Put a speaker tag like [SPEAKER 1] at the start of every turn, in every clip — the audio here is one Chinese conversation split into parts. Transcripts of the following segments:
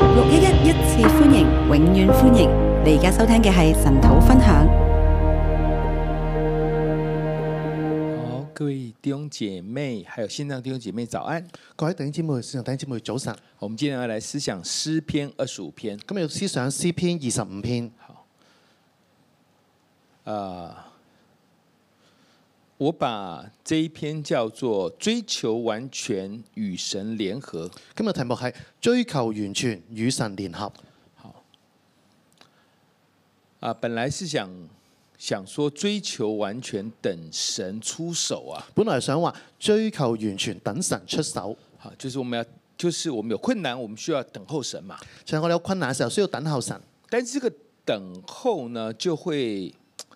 [SPEAKER 1] 六一一一次歡迎，永遠歡迎！你而家收聽嘅係神土分享。
[SPEAKER 2] 好，各位弟兄姐妹，还有线上弟兄姐妹，早安！
[SPEAKER 3] 各位弟兄姊妹、線上弟兄姊妹，早晨！
[SPEAKER 2] 我们今天要来思想诗篇二十五篇。
[SPEAKER 3] 今日要思想詩篇二十五篇。
[SPEAKER 2] 呃我把这一篇叫做“追求完全与神联合
[SPEAKER 3] 今日題目係追求完全與神聯合。”
[SPEAKER 2] 啊，本来是想想说追求完全等神出手啊，
[SPEAKER 3] 本來想話追求完全等神出手，
[SPEAKER 2] 好，就是我们要，就是我们有困难，我们需要等候神嘛。
[SPEAKER 3] 就係我哋有困難嘅時候需要等候神。
[SPEAKER 2] 但是这个等候呢，就会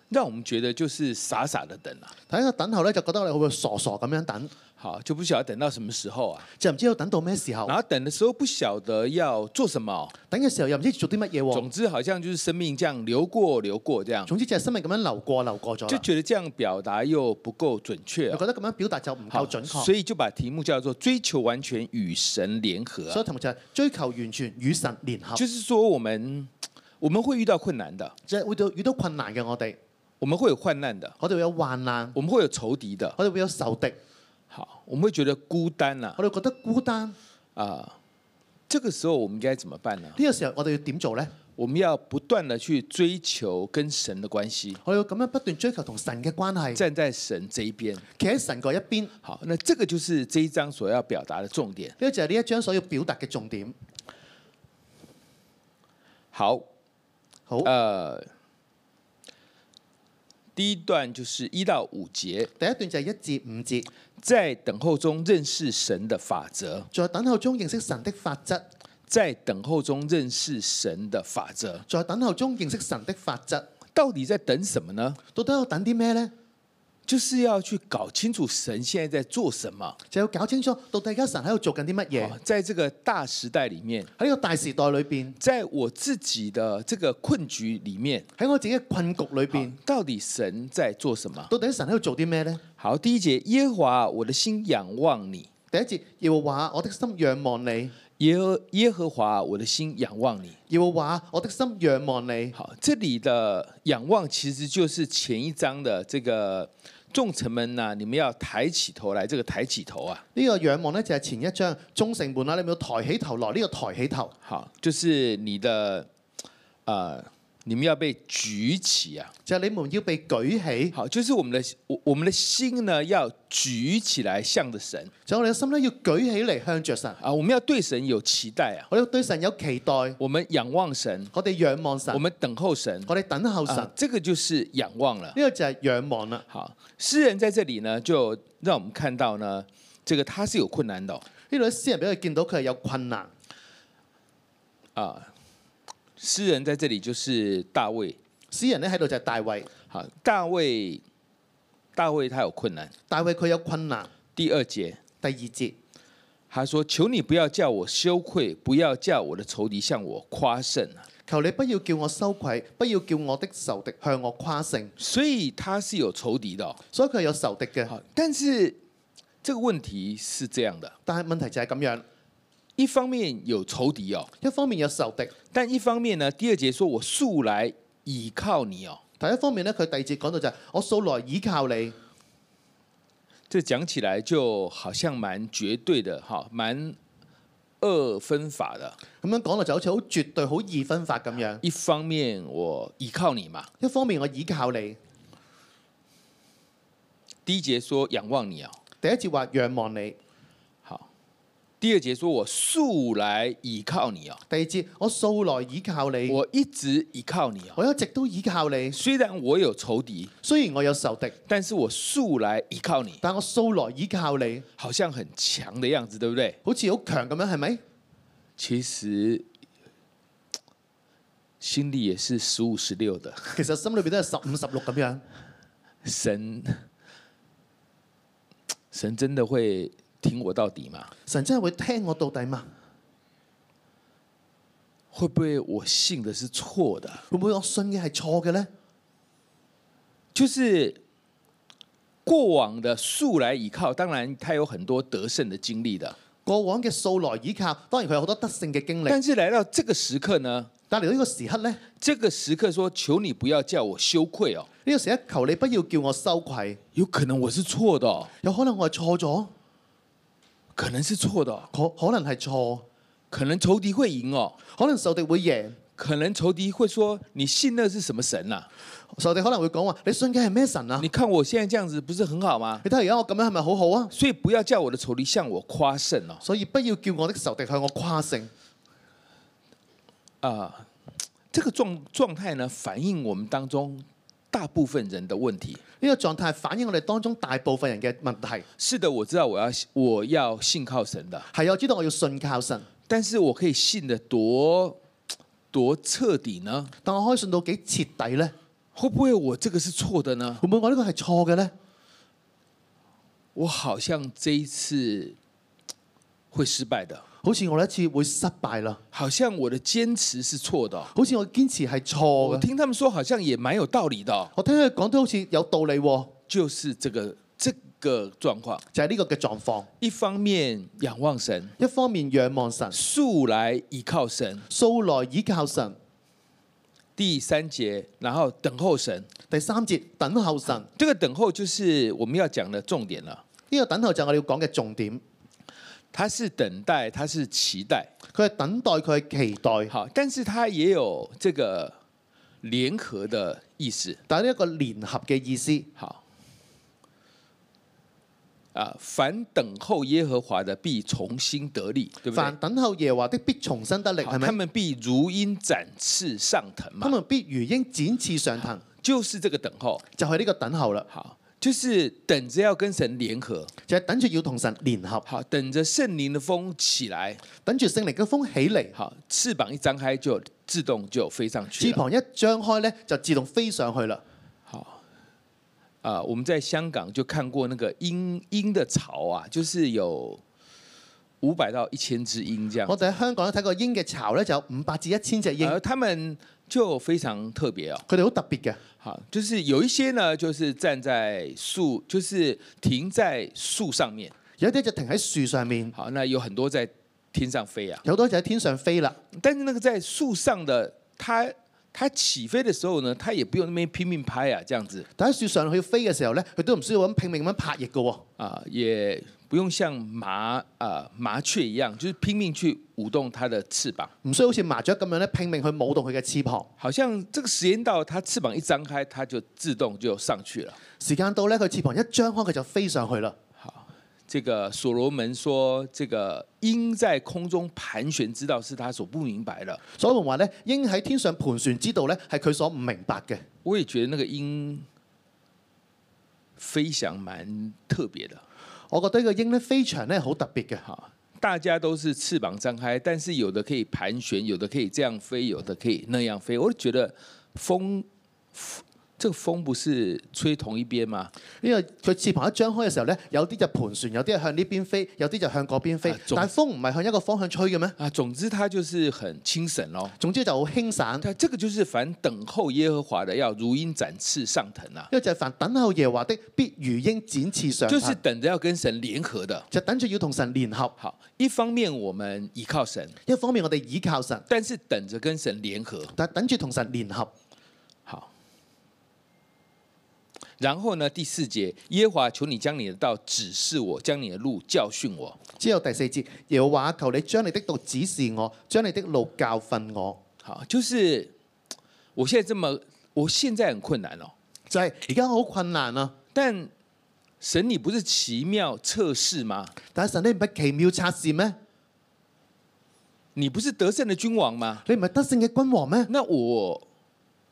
[SPEAKER 2] 让我们觉得就是傻傻的等啊，
[SPEAKER 3] 但係等候咧，就覺得我哋會傻傻咁樣等，
[SPEAKER 2] 好，就不晓得等到什么时候啊。
[SPEAKER 3] 就唔知道等到咩時候
[SPEAKER 2] 然。后等的时候不晓得要做什么，
[SPEAKER 3] 等嘅時候又唔知做啲乜嘢
[SPEAKER 2] 总
[SPEAKER 3] 喎。
[SPEAKER 2] 之好像就是生命这样流过流过这样，
[SPEAKER 3] 總之就係生命咁樣流過流過咗
[SPEAKER 2] 就
[SPEAKER 3] 啦，
[SPEAKER 2] 觉得这样表達又不够准确啊
[SPEAKER 3] 又。覺得咁樣表達就唔夠準確。
[SPEAKER 2] 所以就把題目叫做“追求完全與神聯合啊
[SPEAKER 3] 所以題目就係追求完全與神聯”，合，
[SPEAKER 2] 就是说我们我们会遇到困难的，
[SPEAKER 3] 就係會到遇到困難嘅我哋，
[SPEAKER 2] 我们会有患难的，
[SPEAKER 3] 我哋會有患難，
[SPEAKER 2] 我们会有仇敵的，
[SPEAKER 3] 我哋會有仇敵，
[SPEAKER 2] 好，我们会觉得孤单啊
[SPEAKER 3] 我哋會覺得孤單。
[SPEAKER 2] 啊、这个时候我们该怎么办呢？
[SPEAKER 3] 呢個時候我哋要點做呢？
[SPEAKER 2] 我们要不断的去追求跟神的關係，
[SPEAKER 3] 我哋要咁樣不斷追求同神嘅關係，
[SPEAKER 2] 站在神這一邊。
[SPEAKER 3] 企喺神嗰一邊。呢、
[SPEAKER 2] 好，那这个就是这一章所要表达的重点。
[SPEAKER 3] 個就係呢一章所要表達嘅重點。
[SPEAKER 2] 好，
[SPEAKER 3] 好，
[SPEAKER 2] 呃，第一段就是一到五節，
[SPEAKER 3] 第一段就係一至五節，
[SPEAKER 2] 在等候中认識神的法則，
[SPEAKER 3] 在等候中認識神的法則，
[SPEAKER 2] 在等候中认識神的法則，
[SPEAKER 3] 在等候中認識神的法則。
[SPEAKER 2] 到底在等什么呢？
[SPEAKER 3] 到底我等啲咩呢？
[SPEAKER 2] 就是要去搞清楚神现在在做什么。
[SPEAKER 3] 就要搞清楚到底而家神喺度做緊啲乜嘢。
[SPEAKER 2] 好在这个大时代里面，
[SPEAKER 3] 喺呢個大時代裏邊，
[SPEAKER 2] 在我自己的这个困局里面，
[SPEAKER 3] 喺我自己嘅困局裏
[SPEAKER 2] 好
[SPEAKER 3] 邊，
[SPEAKER 2] 到底神在做什么？
[SPEAKER 3] 到底神喺度做啲咩呢？
[SPEAKER 2] 好，第一节，耶和華，我的心仰望你。
[SPEAKER 3] 第一節，耶和華，我的心仰望你；
[SPEAKER 2] 耶和耶和華，我的心仰望你。
[SPEAKER 3] 耶和華，我的心仰望你。
[SPEAKER 2] 好，这里的仰望其实就是前一章的这个众臣们呐、你们要抬起头来，这个抬起头啊，
[SPEAKER 3] 呢、個仰望呢，就係前一章忠誠門啦，你咪要抬起頭來。呢、個抬起頭
[SPEAKER 2] 好，就是你的呃，你们要被举起啊，
[SPEAKER 3] 就係、你們要被舉起，
[SPEAKER 2] 好，就是我们的我我们的心呢要举起来，向着神
[SPEAKER 3] 就我哋嘅心咧要舉起嚟向着神。
[SPEAKER 2] 啊，我们要对神有期待啊，
[SPEAKER 3] 我哋對神有期待，我
[SPEAKER 2] 我们仰望神，
[SPEAKER 3] 哋仰望神
[SPEAKER 2] 我，們等候神，
[SPEAKER 3] 我哋等候神。
[SPEAKER 2] 啊
[SPEAKER 3] 呢、
[SPEAKER 2] 这个就是仰望了。
[SPEAKER 3] 個就係仰望啦。
[SPEAKER 2] 好，诗人在这里呢，就让我们看到呢，这个他是有困难的哦
[SPEAKER 3] 呢度啲詩人俾佢見到佢係有困難。
[SPEAKER 2] 啊、诗人在这里就是大卫，
[SPEAKER 3] 詩人咧喺度就係大衛，
[SPEAKER 2] 好，大卫，大卫他有困難。
[SPEAKER 3] 大衛佢有困難。
[SPEAKER 2] 第二节，
[SPEAKER 3] 第二節，
[SPEAKER 2] 他说：“求你不要叫我羞愧，不要叫我的仇敌向我夸胜啊。
[SPEAKER 3] 求你不要叫我羞愧，不要叫我的仇敵向我誇勝。”
[SPEAKER 2] 所以他是有仇敌的哦、
[SPEAKER 3] 所以佢係有仇敵嘅，
[SPEAKER 2] 好，但是这個問題是這樣的：
[SPEAKER 3] 但係問題就係咁樣，
[SPEAKER 2] 一方面有仇敌哦，
[SPEAKER 3] 一方面有仇敵，
[SPEAKER 2] 但一方面呢，第二节说我素来倚靠你哦。
[SPEAKER 3] 但一方面咧佢第二節講到就係、我素來倚靠你。
[SPEAKER 2] 这讲起来就好像蛮绝对的哈，蛮二分法的。
[SPEAKER 3] 咁樣講落就好似好絕對、好二分法咁樣。
[SPEAKER 2] 一方面我依靠你嘛，
[SPEAKER 3] 一方面我倚靠你，
[SPEAKER 2] 第一节说仰望你啊、
[SPEAKER 3] 第一節話仰望你，
[SPEAKER 2] 好；第二节说我素来倚靠你啊、
[SPEAKER 3] 第二節我素來倚靠你，我
[SPEAKER 2] 我一直倚靠你啊、
[SPEAKER 3] 一直都倚靠你。
[SPEAKER 2] 虽然我有仇敌，
[SPEAKER 3] 雖然我有仇敵，
[SPEAKER 2] 但是我素来倚靠你，
[SPEAKER 3] 但我素來倚靠你，
[SPEAKER 2] 好像很强的样子，对不对？
[SPEAKER 3] 好似好強咁樣，係咪？
[SPEAKER 2] 其实心里也是十五十六的。
[SPEAKER 3] 其實心裏邊都係十五十六咁樣。
[SPEAKER 2] 神，神真的会挺我到底吗？
[SPEAKER 3] 神真係會聽我到底嘛？
[SPEAKER 2] 会不会我信的是错的？
[SPEAKER 3] 會唔會我信嘅係錯嘅呢？
[SPEAKER 2] 就是過往的素來倚靠，当然他有很多得胜的经历的。
[SPEAKER 3] 過往嘅素來倚靠，當然佢有好多德性嘅經歷，
[SPEAKER 2] 但是来到这个时刻呢，
[SPEAKER 3] 但嚟到呢個時刻呢，呢、
[SPEAKER 2] 这个时刻说：“求你不要叫我羞愧哦，
[SPEAKER 3] 個時刻求你不要叫我羞愧，
[SPEAKER 2] 有可能我是错的、哦，
[SPEAKER 3] 有可能我係錯咗，
[SPEAKER 2] 可能是错的、哦，
[SPEAKER 3] 可可能係錯，
[SPEAKER 2] 可能仇敌会赢哦，
[SPEAKER 3] 可能仇敵會贏，
[SPEAKER 2] 可能仇敌会说你信那是什么神呐、啊
[SPEAKER 3] 仇敵可能會講話：你信嘅係咩神啊？
[SPEAKER 2] 你看我現在這樣子不是很好嗎？
[SPEAKER 3] 你睇下而家我咁樣係咪好好啊？
[SPEAKER 2] 所以不要叫我的仇敵向我誇勝哦。
[SPEAKER 3] 所以不要叫我的仇敵向我誇勝。
[SPEAKER 2] 啊、這個狀狀態呢，反映我們當中大部分人的問題。
[SPEAKER 3] 呢、個狀態反映我哋當中大部分人嘅問題。
[SPEAKER 2] 是的，我知道我要我要信靠神的，
[SPEAKER 3] 係啊，我知道我要信靠神，
[SPEAKER 2] 但是我可以信的多多徹底呢？
[SPEAKER 3] 但我可以信到幾徹底呢？
[SPEAKER 2] 會不會我這個是錯的呢？
[SPEAKER 3] 會唔會我呢個係錯嘅呢？
[SPEAKER 2] 我好像這一次會失敗的，
[SPEAKER 3] 好似我呢一次會失敗啦，
[SPEAKER 2] 好像我的堅持是錯的哦。
[SPEAKER 3] 好似我堅持係
[SPEAKER 2] 我
[SPEAKER 3] 錯嘅。
[SPEAKER 2] 聽他們說好像也蠻有道理的哦，
[SPEAKER 3] 我聽佢講都好似有道理喎，
[SPEAKER 2] 就是這個這個狀況。
[SPEAKER 3] 就係、呢個嘅狀況。
[SPEAKER 2] 一方面仰望神，
[SPEAKER 3] 一方面仰望神，
[SPEAKER 2] 素来倚靠神。
[SPEAKER 3] 素來倚靠神。
[SPEAKER 2] 第三节，然後等候神。
[SPEAKER 3] 第三節等候神，呢、
[SPEAKER 2] 这个等候就是我們要講的重點了。
[SPEAKER 3] 個等候就係我哋要講嘅重點。
[SPEAKER 2] 他是等待，他是期待，
[SPEAKER 3] 佢係等待，佢係期待，
[SPEAKER 2] 好，但是他也有這個聯合的意思。
[SPEAKER 3] 但係呢一個聯合嘅意思。
[SPEAKER 2] 好，啊，凡等候耶和華的必重新得力，對不對啊
[SPEAKER 3] 凡？等候耶和華的必重新得力，
[SPEAKER 2] 好
[SPEAKER 3] 係
[SPEAKER 2] 他
[SPEAKER 3] 咪？
[SPEAKER 2] 們必如鷹展翅上騰
[SPEAKER 3] 他
[SPEAKER 2] 嘛，
[SPEAKER 3] 們必如鷹展翅上騰，
[SPEAKER 2] 就是這個等候。
[SPEAKER 3] 就係呢個等候啦，
[SPEAKER 2] 好，就是等着要跟神聯合。
[SPEAKER 3] 就係等住要同神聯合，
[SPEAKER 2] 好，等着聖靈的風起來，
[SPEAKER 3] 等住聖靈嘅風起嚟，
[SPEAKER 2] 好，翅膀一张開就自動就飛上去
[SPEAKER 3] 翅
[SPEAKER 2] 了。
[SPEAKER 3] 膀一張開咧就自動飛上去啦。
[SPEAKER 2] 啊、我们在香港就看過那個鷹鷹的巢啊，就是有五百到一千只鷹這樣
[SPEAKER 3] 我，哋喺香港咧睇過鷹嘅巢咧就有五百至一千隻鷹，
[SPEAKER 2] 而呃他們就非常特別哦。
[SPEAKER 3] 佢哋好特別嘅。
[SPEAKER 2] 好，就是有一些呢，就是站在樹，就是停在樹上面。
[SPEAKER 3] 有啲就停喺樹上面，
[SPEAKER 2] 好，那有很多在天上飛啊，
[SPEAKER 3] 有好多就喺天上飛啦。
[SPEAKER 2] 但是那個在樹上的它。它起飛的時候呢，它也不用那邊拼命拍啊，這樣子。
[SPEAKER 3] 但喺樹上去飛嘅時候咧，佢都唔需要咁拼命咁樣拍翼嘅喎，
[SPEAKER 2] 啊、也不用像麻啊、麻雀一樣，就是拼命去舞動它的翅膀。
[SPEAKER 3] 唔需要好似麻雀咁樣咧拼命去舞動佢嘅翅膀。
[SPEAKER 2] 好像這個時間到，它翅膀一張開，它就自動就上去了。
[SPEAKER 3] 時間到咧，佢翅膀一張開佢就飛上去啦。
[SPEAKER 2] 這個所羅門說，這個鷹在空中盤旋之道是他所不明白的。
[SPEAKER 3] 所以我話咧，鷹喺天上盤旋之道咧係佢所唔明白嘅。
[SPEAKER 2] 我也覺得那個鷹飛翔蠻特別的。
[SPEAKER 3] 我覺得個鷹咧飛翔咧好特別嘅，
[SPEAKER 2] 好，大家都是翅膀張開，但是有的可以盤旋，有的可以这样飛，有的可以那樣飛。我就觉得風，这个風不是吹同一邊嗎？
[SPEAKER 3] 因為佢翅膀一張開嘅時候咧，有啲就盤旋，有啲就向呢邊飛，有啲就向嗰邊飛
[SPEAKER 2] 啊。總
[SPEAKER 3] 但係風唔係向一個方向吹嘅咩？
[SPEAKER 2] 啊，總之它就是很清神咯。
[SPEAKER 3] 總之就好輕散。呢
[SPEAKER 2] 它這個就是凡等候耶和華的，要如鷹展翅上騰啊，
[SPEAKER 3] 個就係凡等候耶和華的，必如鷹展翅上
[SPEAKER 2] 就是
[SPEAKER 3] 騰，
[SPEAKER 2] 等着要跟神聯合的。
[SPEAKER 3] 就等住要同神聯合。
[SPEAKER 2] 好，一方面我們依靠神，
[SPEAKER 3] 一方面我哋倚靠神，
[SPEAKER 2] 但是等着跟神聯合。
[SPEAKER 3] 但係等住同神聯合。
[SPEAKER 2] 好。然後呢，第四節，耶和華求你將你的道指示我，將你的路教訓我。
[SPEAKER 3] 之後第四節，耶和華求你將你的道指示我，將你的路教訓我。
[SPEAKER 2] 好，就是我現在這麼，我現在很困難哦。
[SPEAKER 3] 就係而家好困難啊！
[SPEAKER 2] 但神，你不是奇妙測試嗎？
[SPEAKER 3] 但係神你唔係奇妙測試咩？
[SPEAKER 2] 你不是得勝的君王嗎？
[SPEAKER 3] 你唔係得勝嘅君王咩？
[SPEAKER 2] 那我，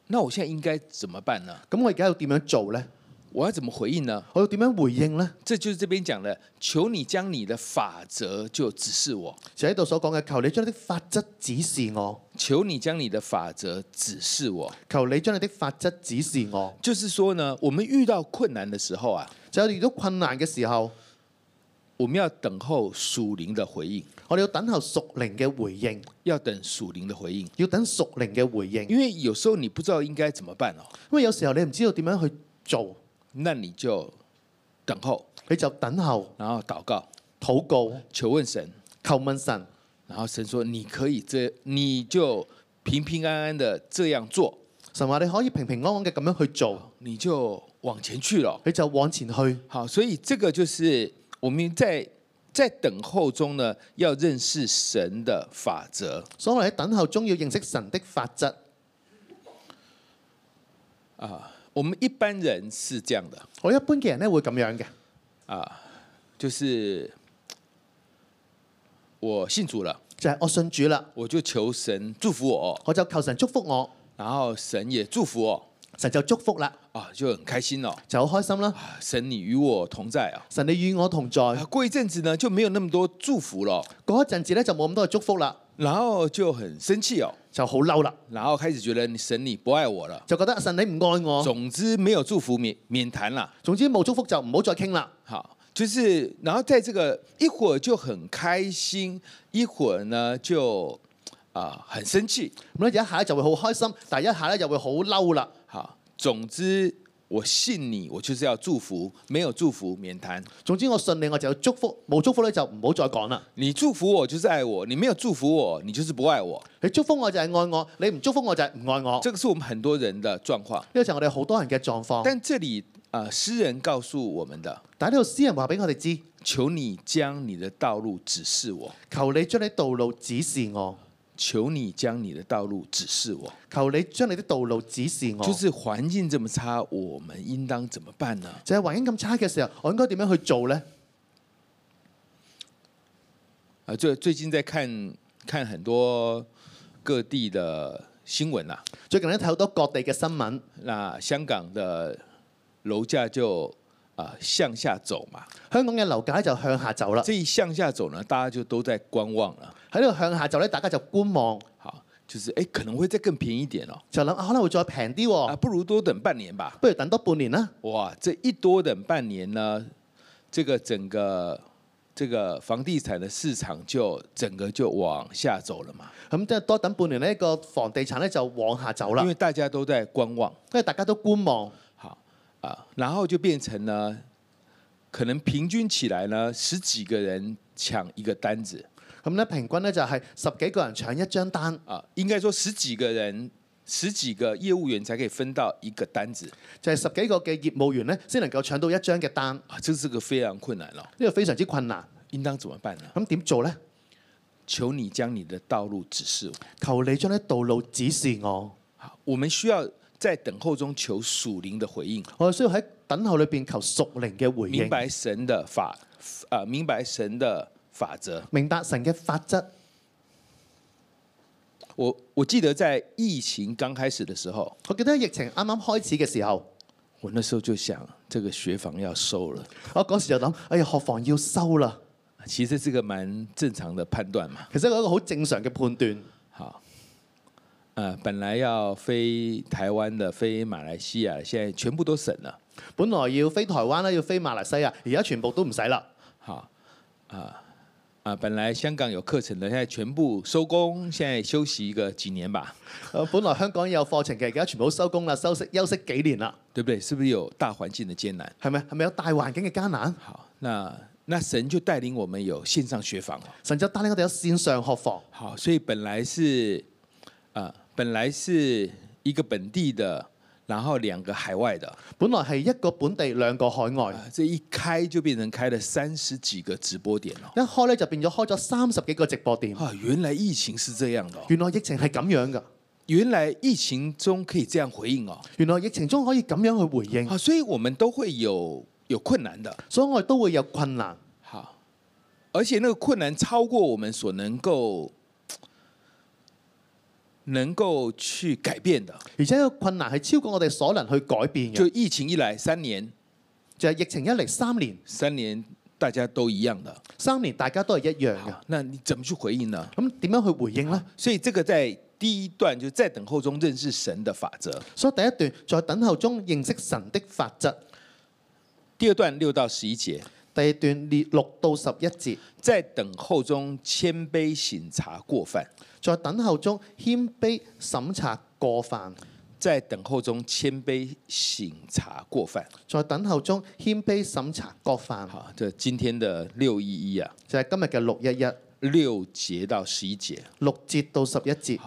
[SPEAKER 2] 那我現在應該怎麼辦呢？
[SPEAKER 3] 咁我而家要點樣做呢？
[SPEAKER 2] 我要怎麼回應呢？
[SPEAKER 3] 我要點樣回應呢？
[SPEAKER 2] 這就是這邊講的，求你將你的法則就指示我，
[SPEAKER 3] 就喺度所講嘅，求你將你的法則指示我，
[SPEAKER 2] 求你將你的法則指示我。
[SPEAKER 3] 求你將你的法則指示我。
[SPEAKER 2] 就是说呢，我们遇到困难的時候啊，
[SPEAKER 3] 就係遇到困難嘅時候，
[SPEAKER 2] 我们要等候屬靈的回應，
[SPEAKER 3] 我哋要等候屬靈嘅回應，
[SPEAKER 2] 要等屬靈的回應，
[SPEAKER 3] 要等屬靈嘅回應。
[SPEAKER 2] 因為有時候你不知道應該怎麼辦哦，
[SPEAKER 3] 因為有時候你唔知道點樣去做，
[SPEAKER 2] 那你就等候，
[SPEAKER 3] 你就等候、
[SPEAKER 2] 然後禱告，
[SPEAKER 3] 禱告、
[SPEAKER 2] 求問神，
[SPEAKER 3] 求問神，
[SPEAKER 2] 然后神说：“你可以这，你就平平安安的这样做，
[SPEAKER 3] 神話你可以平平安安嘅咁樣去做，
[SPEAKER 2] 你就往前去了。
[SPEAKER 3] 你就往前去。”
[SPEAKER 2] 好，所以这个就是我们在在等候中呢，要认识神的法则。
[SPEAKER 3] 所以我哋喺等候中要認識神的法則。
[SPEAKER 2] 我们一般人是这样的，
[SPEAKER 3] 我一般嘅人咧會咁樣嘅，
[SPEAKER 2] 就是我信主了，
[SPEAKER 3] 就係、我信主啦，
[SPEAKER 2] 我就求神祝福我，
[SPEAKER 3] 我就求神祝福我，
[SPEAKER 2] 然后神也祝福我，
[SPEAKER 3] 神就祝福啦，
[SPEAKER 2] 啊，就很开心哦。
[SPEAKER 3] 就好開心啦。
[SPEAKER 2] 啊神，你与我同在啊！
[SPEAKER 3] 神你與我同在，
[SPEAKER 2] 啊，
[SPEAKER 3] 嗰
[SPEAKER 2] 过一阵子呢，就没有那么多祝福了，哦
[SPEAKER 3] 一陣子咧就冇咁多嘅祝福啦，
[SPEAKER 2] 然后就很生气哦，
[SPEAKER 3] 就好嬲啦，
[SPEAKER 2] 然后开始觉得你神你不爱我了。
[SPEAKER 3] 就覺得神你唔愛我。
[SPEAKER 2] 总之没有祝福免免谈啦。
[SPEAKER 3] 總之冇祝福就唔好再傾啦。
[SPEAKER 2] 好，就是然后在这个一会儿就很开心，一会儿呢就啊、很生气。
[SPEAKER 3] 咁咧一下咧就會好開心，但係一下咧又會好嬲啦。
[SPEAKER 2] 好，总之我信你，我就是要祝福，没有祝福免谈。
[SPEAKER 3] 總之我信你我就有祝福，冇祝福咧就唔好再講啦。
[SPEAKER 2] 你祝福我就是爱我，你没有祝福我，你就是不爱我。
[SPEAKER 3] 你祝福我就係愛我，你唔祝福我就係唔愛我。
[SPEAKER 2] 这个是我们很多人的状况。
[SPEAKER 3] 呢個就係我哋好多人嘅狀況。
[SPEAKER 2] 但这里啊、呃诗人告诉我们的，
[SPEAKER 3] 但係呢度詩人話俾我哋知，
[SPEAKER 2] 求你将你的道路指示我，
[SPEAKER 3] 求你將你道路指示我，
[SPEAKER 2] 求你将你的道路指示我。
[SPEAKER 3] 求你將你的道路指示我。
[SPEAKER 2] 就是环境这么差，我们应当怎么办呢？
[SPEAKER 3] 就係環境咁差嘅時候，我應該點樣去做呢？
[SPEAKER 2] 啊，最最近在看看很多各地的新闻啊啦、
[SPEAKER 3] 最近咧睇好多各地嘅新聞，
[SPEAKER 2] 那香港的楼价就啊、向下走嘛，
[SPEAKER 3] 香港嘅樓價就向下走啦。
[SPEAKER 2] 这一向下走呢，大家就都在观望了。
[SPEAKER 3] 喺呢度向下走咧，大家就觀望，
[SPEAKER 2] 好，就是哎，可能会再更便宜一点哦，
[SPEAKER 3] 就諗、啊、可能會再平啲
[SPEAKER 2] 啊，
[SPEAKER 3] 喎，
[SPEAKER 2] 不如多等半年吧。
[SPEAKER 3] 不如等多半年啦。
[SPEAKER 2] 哇，这一多等半年呢，这个整个这个房地产的市场就整个就往下走了嘛，
[SPEAKER 3] 咁即係多等半年呢個房地產咧就往下走
[SPEAKER 2] 因
[SPEAKER 3] 啦，因
[SPEAKER 2] 为大家都在观望。
[SPEAKER 3] 為大家都觀望，
[SPEAKER 2] 好啊，然后就变成呢，可能平均起来呢，十几个人抢一个单子
[SPEAKER 3] 咁咧平均咧就係十幾個人搶一張單，
[SPEAKER 2] 啊，应该说十几个人，十几个业务员才可以分到一个单子
[SPEAKER 3] 就係、十幾個嘅業務員咧先能夠搶到一張嘅單，呢、
[SPEAKER 2] 啊，这是个非常困难了，
[SPEAKER 3] 個非常之困難。
[SPEAKER 2] 应当怎么办呢？
[SPEAKER 3] 咁點做呢？
[SPEAKER 2] 求你将你的道路指示我。
[SPEAKER 3] 求你將呢道路指示我，
[SPEAKER 2] 好，我们需要在等候中求属灵的回应，
[SPEAKER 3] 我需要喺等候裏邊求屬靈嘅回
[SPEAKER 2] 明
[SPEAKER 3] 應，
[SPEAKER 2] 白神的法啊、明白神的法则。
[SPEAKER 3] 明白神嘅法則。
[SPEAKER 2] 我我记得在疫情刚开始的时候，
[SPEAKER 3] 我記得疫情啱啱開始嘅時候，
[SPEAKER 2] 我那时候就想這個学房要收了。
[SPEAKER 3] 我嗰時就諗：哎呀，學房要收啦。
[SPEAKER 2] 其实是个蛮正常的判断嘛。
[SPEAKER 3] 其實我有一個好正常嘅判斷，
[SPEAKER 2] 好，呃，本来要飞台湾的、飞马来西亚，现在全部都省了。
[SPEAKER 3] 本來要飛台灣啦，要飛馬來西亞，而家全部都唔使啦。
[SPEAKER 2] 好，啊、啊、本来香港有课程的，现在全部收工，现在休息一个几年吧，
[SPEAKER 3] 呃本來香港有課程嘅，而家全部都收工啦，休息休息幾年啦，
[SPEAKER 2] 对不对？是不是有大环境的艰难？
[SPEAKER 3] 係咪？係咪有大環境嘅艱難？
[SPEAKER 2] 好，那那神就带领我们有线上学房了。
[SPEAKER 3] 神就帶領我哋有線上學房。
[SPEAKER 2] 好，所以本来是，呃，本来是一个本地的，然后两个海外的。
[SPEAKER 3] 本來係一個本地兩個海外，
[SPEAKER 2] 啊，这一开就变成开了三十几个直播点了。
[SPEAKER 3] 一開咧就變咗開咗三十幾個直播點。
[SPEAKER 2] 啊，原来疫情是这样的、哦，
[SPEAKER 3] 原來疫情係咁樣噶，
[SPEAKER 2] 原来疫情中可以这样回应哦。啊
[SPEAKER 3] 原來疫情中可以咁樣去回應，
[SPEAKER 2] 好，所以我们都会有有困难的。
[SPEAKER 3] 所以我哋都會有困難，
[SPEAKER 2] 好，而且那个困难超过我们所能够能够去改变的。
[SPEAKER 3] 而且個困難係超過我哋所能去改變
[SPEAKER 2] 就
[SPEAKER 3] 嘅。
[SPEAKER 2] 疫情一来，三年，
[SPEAKER 3] 就係疫情一嚟三年，
[SPEAKER 2] 三年大家都一样的。
[SPEAKER 3] 三年大家都係一樣嘅
[SPEAKER 2] 好。，那你怎么去回应呢？
[SPEAKER 3] 咁點樣去回應呢？
[SPEAKER 2] 所以这个在第一段就在等候中认识神的法则。
[SPEAKER 3] 所以第一段在等候中認識神的法則，
[SPEAKER 2] 第二段六到十一节，
[SPEAKER 3] 第二段列六到十一節，
[SPEAKER 2] 在等候中谦卑省察过犯，
[SPEAKER 3] 在等候中謙卑審查過犯，
[SPEAKER 2] 在等候中谦卑省察过犯。
[SPEAKER 3] 在等候中謙卑審查過犯，
[SPEAKER 2] 好，这今天的六一一啊，
[SPEAKER 3] 就係、今日嘅六一一。
[SPEAKER 2] 六节到十一节。
[SPEAKER 3] 六節到十一節。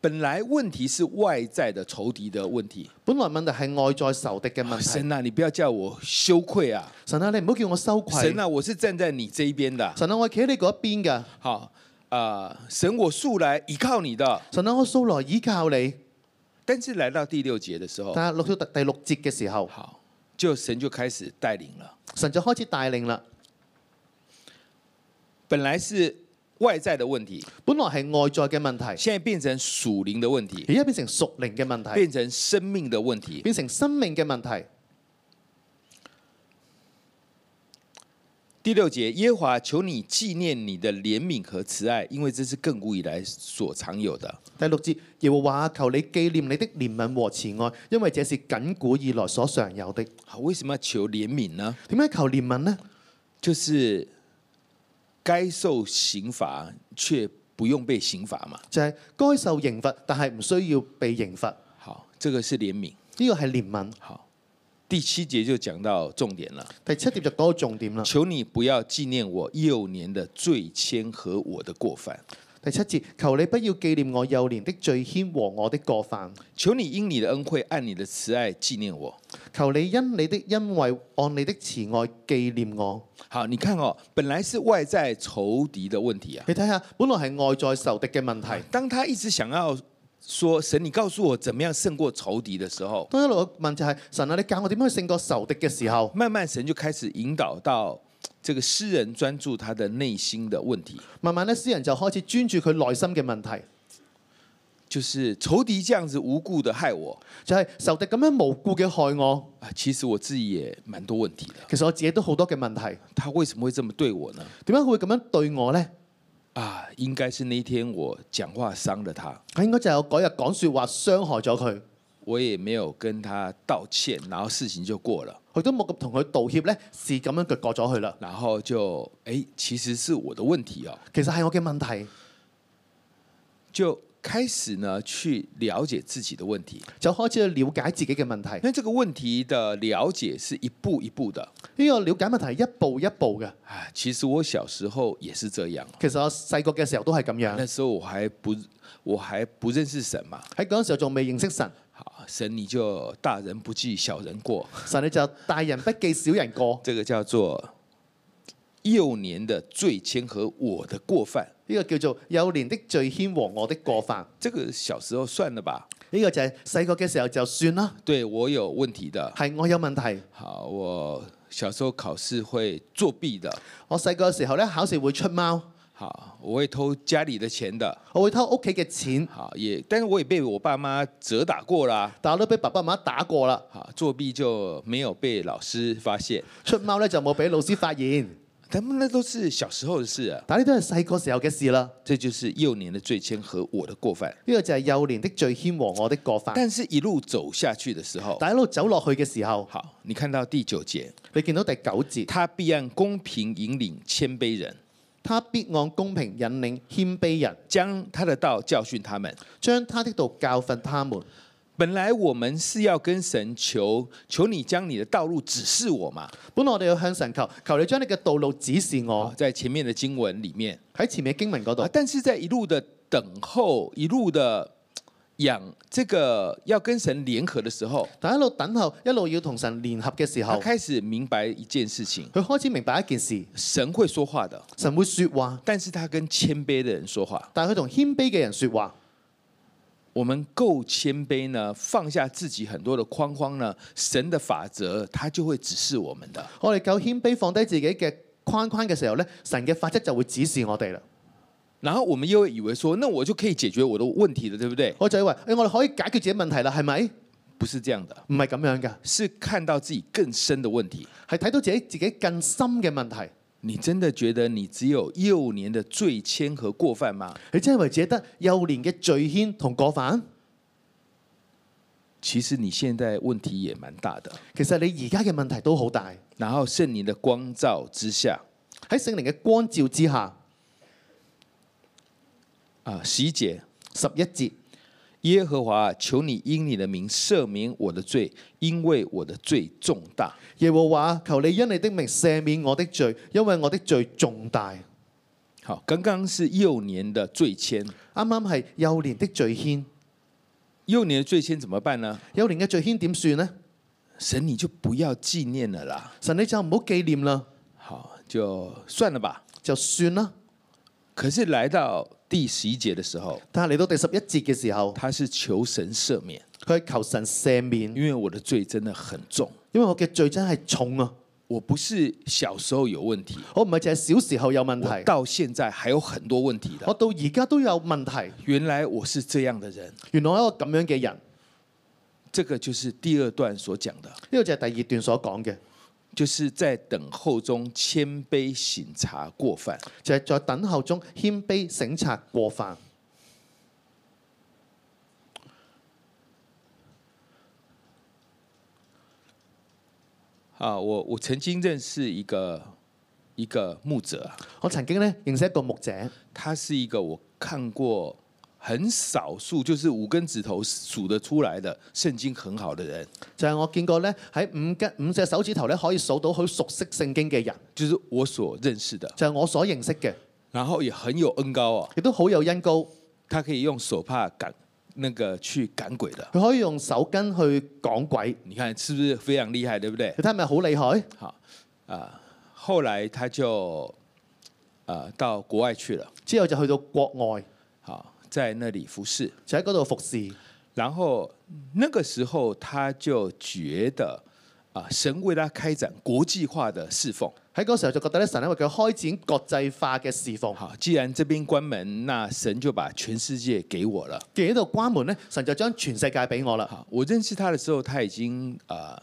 [SPEAKER 2] 本来问题是外在的仇敌的问题，
[SPEAKER 3] 本來問題係外在仇敵嘅問題。
[SPEAKER 2] 神啊，你不要叫我羞愧啊！
[SPEAKER 3] 神啊，你唔好叫我羞愧
[SPEAKER 2] 神。啊，我是站在你这一边的。
[SPEAKER 3] 神啊，我係企喺你嗰一邊㗎。
[SPEAKER 2] 好啊、呃神，我素来依靠你的。
[SPEAKER 3] 神啊，我素來依靠你。
[SPEAKER 2] 但是来到第六节的时候，
[SPEAKER 3] 但係錄到第第六節嘅時候，
[SPEAKER 2] 好，就神就开始带领了。
[SPEAKER 3] 神就開始帶領啦。
[SPEAKER 2] 本来是外在的问题，
[SPEAKER 3] 本來係外在嘅問題，
[SPEAKER 2] 现在变成属灵的问题，
[SPEAKER 3] 而家變成屬靈嘅問題，
[SPEAKER 2] 变成生命的问题。
[SPEAKER 3] 變成生命嘅問題。
[SPEAKER 2] 第六节，耶和华求你纪念你的怜悯和慈爱，因为这是亘古以来所常有的。
[SPEAKER 3] 第六節，耶和華求你紀念你的憐憫和慈愛，因為這是緊古以來所常有的。
[SPEAKER 2] 好，为什么要求怜悯呢？
[SPEAKER 3] 點解求憐憫呢？
[SPEAKER 2] 就是该受刑罚却不用被刑罚嘛。
[SPEAKER 3] 就係、該受刑罰，但係唔需要被刑罰。
[SPEAKER 2] 好，这个是怜悯。
[SPEAKER 3] 呢個係憐憫。
[SPEAKER 2] 好，第七节就讲到重点了，
[SPEAKER 3] 第七節就講到重點啦。
[SPEAKER 2] 求你不要纪念我幼年的罪愆和我的过犯，
[SPEAKER 3] 第七節，求你不要紀念我幼年的罪愆和我的過犯，
[SPEAKER 2] 求你因你的恩惠按你的慈爱纪念我。
[SPEAKER 3] 求你因你的恩惠按你的慈愛紀念我。
[SPEAKER 2] 好，你看哦，本来是外在仇敌的问题啊，
[SPEAKER 3] 你睇下，本來係外在仇敵嘅問題。
[SPEAKER 2] 当他一直想要说神，你告诉我怎么样胜过仇敌的时候，
[SPEAKER 3] 當一路問就係、神啊，你教我點樣去勝過仇敵嘅時候，
[SPEAKER 2] 慢慢神就开始引导到这个诗人专注他的内心的问题，
[SPEAKER 3] 慢慢咧，詩人就開始專注佢內心嘅問題，
[SPEAKER 2] 就是仇敌这样子無故的害我
[SPEAKER 3] 就係、仇敵咁樣無故嘅害我。
[SPEAKER 2] 啊，其实我自己也蛮多问题的，
[SPEAKER 3] 其實我自己都好多嘅問題，
[SPEAKER 2] 他为什么会这么对我呢？
[SPEAKER 3] 點解佢會咁樣對我呢？
[SPEAKER 2] 啊，应该是那一天我讲话伤了他，
[SPEAKER 3] 佢應該就係我嗰日講説話傷害咗佢，
[SPEAKER 2] 我也没有跟他道歉，然后事情就过了，
[SPEAKER 3] 佢都冇咁同佢道歉呢，是咁樣嘅過咗去啦。
[SPEAKER 2] 然后就哎、其实是我的问题哦，
[SPEAKER 3] 其實係我嘅問題，
[SPEAKER 2] 就开始呢去了解自己的問題。
[SPEAKER 3] 就開始去了解自己嘅問題。
[SPEAKER 2] 那这个問題的了解是一步一步的
[SPEAKER 3] 呢、個了解問題係一步一步嘅。
[SPEAKER 2] 啊。其實我小時候也是这样，
[SPEAKER 3] 其實我細個嘅時候都係咁樣，
[SPEAKER 2] 那時候我還不我還不認識神嘛。
[SPEAKER 3] 喺嗰陣時候仲未認識神，
[SPEAKER 2] 好，神你就大人不计小人過，
[SPEAKER 3] 神你就大人不記小人過，
[SPEAKER 2] 这个叫做幼年的罪愆和我的過犯。
[SPEAKER 3] 呢、個叫做幼年的罪愆和我的過犯。
[SPEAKER 2] 这個小時候算了吧，
[SPEAKER 3] 呢、個就係細個嘅時候就算啦，
[SPEAKER 2] 對我有問題的。
[SPEAKER 3] 係我有問題。
[SPEAKER 2] 好，我小時候考試會作弊的，
[SPEAKER 3] 我細個嘅時候咧考試會出貓，
[SPEAKER 2] 好，我會偷家裡的錢的。
[SPEAKER 3] 我會偷屋企嘅錢，
[SPEAKER 2] 好，也，但是我也被我爸妈责打过啦。
[SPEAKER 3] 但我都俾爸爸媽媽打過啦。
[SPEAKER 2] 好，作弊就没有被老师发现，
[SPEAKER 3] 出貓咧就冇俾老師發現，
[SPEAKER 2] 他们那都是小时候的事啊。
[SPEAKER 3] 但呢都係細個時候嘅事啦。
[SPEAKER 2] 这就是幼年的罪愆和我的过犯。
[SPEAKER 3] 呢、個就係幼年的罪愆和我的過犯。
[SPEAKER 2] 但是，一路走下去的时候，
[SPEAKER 3] 但一路走落去嘅時候，
[SPEAKER 2] 好，你看到第九节，
[SPEAKER 3] 你見到第九節，
[SPEAKER 2] 他必按公平引领谦卑人，
[SPEAKER 3] 他必按公平引領謙卑人，
[SPEAKER 2] 将他的道教训他们。
[SPEAKER 3] 將他的道教訓他們。
[SPEAKER 2] 本来我们是要跟神求，求你将你的道路指示我嘛。
[SPEAKER 3] 本來我哋要向神求，求你將你嘅道路指示
[SPEAKER 2] 好，
[SPEAKER 3] 我。
[SPEAKER 2] 在前面的经文里面，
[SPEAKER 3] 喺前面嘅經文嗰
[SPEAKER 2] 啊
[SPEAKER 3] 度，，
[SPEAKER 2] 但是在一路的等候，一路的养这个要跟神联合的时候，
[SPEAKER 3] 但一路等候，一路要同神聯合嘅時
[SPEAKER 2] 他
[SPEAKER 3] 候，
[SPEAKER 2] 开始明白一件事情：
[SPEAKER 3] 佢開始明白一件事，
[SPEAKER 2] 神会说话的，
[SPEAKER 3] 神會説話，
[SPEAKER 2] 但是他跟谦卑的人说话。
[SPEAKER 3] 但係佢同謙卑嘅人説話。
[SPEAKER 2] 我们够谦卑呢，放下自己很多的框框呢，神的法则他就会指示我们的。
[SPEAKER 3] 我哋夠謙卑放低自己嘅框框嘅時候咧，神嘅法則就會指示我哋啦。
[SPEAKER 2] 然后我们又会以为说，那我就可以解决我的問題了，对不对？
[SPEAKER 3] 我就以為，誒、我哋可以解決自己問題啦，係咪？
[SPEAKER 2] 不是这样的，
[SPEAKER 3] 唔係咁樣㗎，
[SPEAKER 2] 是看到自己更深的问题。
[SPEAKER 3] 係睇到自己自己更深嘅問題。
[SPEAKER 2] 你真的觉得你只有幼年的罪愆和过犯吗？
[SPEAKER 3] 你真係為自己得幼年嘅罪愆同過犯，
[SPEAKER 2] 其实你现在问题也蛮大的。
[SPEAKER 3] 其實你而家嘅問題都好大。
[SPEAKER 2] 然后圣灵的光照之下，
[SPEAKER 3] 喺聖靈嘅光照之下，
[SPEAKER 2] 啊，十一节，
[SPEAKER 3] 十一節，
[SPEAKER 2] 耶和华，求你因你的名赦免我的罪，因为我的罪重大。
[SPEAKER 3] 耶和華求你因你的名赦免我的罪，因為我的罪重大。
[SPEAKER 2] 好，刚刚是幼年的罪愆，
[SPEAKER 3] 啱啱係幼年的罪愆，
[SPEAKER 2] 幼年的罪愆怎么办呢？
[SPEAKER 3] 幼年嘅罪愆點算呢？
[SPEAKER 2] 神，你就不要纪念了啦，
[SPEAKER 3] 神你就唔好紀念啦，
[SPEAKER 2] 好，就算了吧。
[SPEAKER 3] 就算啦。
[SPEAKER 2] 可是来到第十一节的时候，
[SPEAKER 3] 但係嚟到第十一節嘅時候，
[SPEAKER 2] 他是求神赦免，
[SPEAKER 3] 佢係求神赦免，
[SPEAKER 2] 因为我的罪真的很重，
[SPEAKER 3] 因為我嘅罪真係重啊！
[SPEAKER 2] 我不是小时候有问题，
[SPEAKER 3] 我唔係淨係小時候有問
[SPEAKER 2] 我
[SPEAKER 3] 題，
[SPEAKER 2] 到現在還有很多問題
[SPEAKER 3] 我
[SPEAKER 2] 的。
[SPEAKER 3] 到而家都有問題。
[SPEAKER 2] 原來我是這樣的人，
[SPEAKER 3] 原來我一個咁樣嘅人，呢、
[SPEAKER 2] 這個就是第二段所講的，
[SPEAKER 3] 個就係第二段所講嘅，
[SPEAKER 2] 就是在等候中謙卑省察過犯。
[SPEAKER 3] 就係、在等候中謙卑省察過犯。
[SPEAKER 2] 啊，我我曾經認識一個一個牧者啊，
[SPEAKER 3] 我曾經咧認識一個牧者，
[SPEAKER 2] 他是一個我看過很少數，就是五根指頭數得出來的聖經很好的人，
[SPEAKER 3] 就係、我見過咧喺五根五隻手指頭咧可以數到好熟悉聖經嘅人，
[SPEAKER 2] 就是我所認識的，
[SPEAKER 3] 就係、我所認識嘅，
[SPEAKER 2] 然後也很有恩高哦，
[SPEAKER 3] 亦都好有恩高。
[SPEAKER 2] 他可以用手帕趕那個去趕鬼的。
[SPEAKER 3] 佢可以用手巾去講鬼，
[SPEAKER 2] 你看是不是非常厲害，對不對？
[SPEAKER 3] 你睇係咪好厲害？
[SPEAKER 2] 好啊、后来他就啊、到國外去了，
[SPEAKER 3] 之後就去到國外，
[SPEAKER 2] 好在那裡服侍。
[SPEAKER 3] 就喺嗰度服侍。
[SPEAKER 2] 然後那個時候他就覺得啊、神為他開展國際化的侍奉。
[SPEAKER 3] 喺嗰時候就覺得咧，神因為佢開展國際化嘅侍奉，
[SPEAKER 2] 好，既然這邊關門，那神就把全世界給我了。
[SPEAKER 3] 既然喺度關門咧，神就將全世界俾我啦。
[SPEAKER 2] 好，我認識他的時候，他已經啊、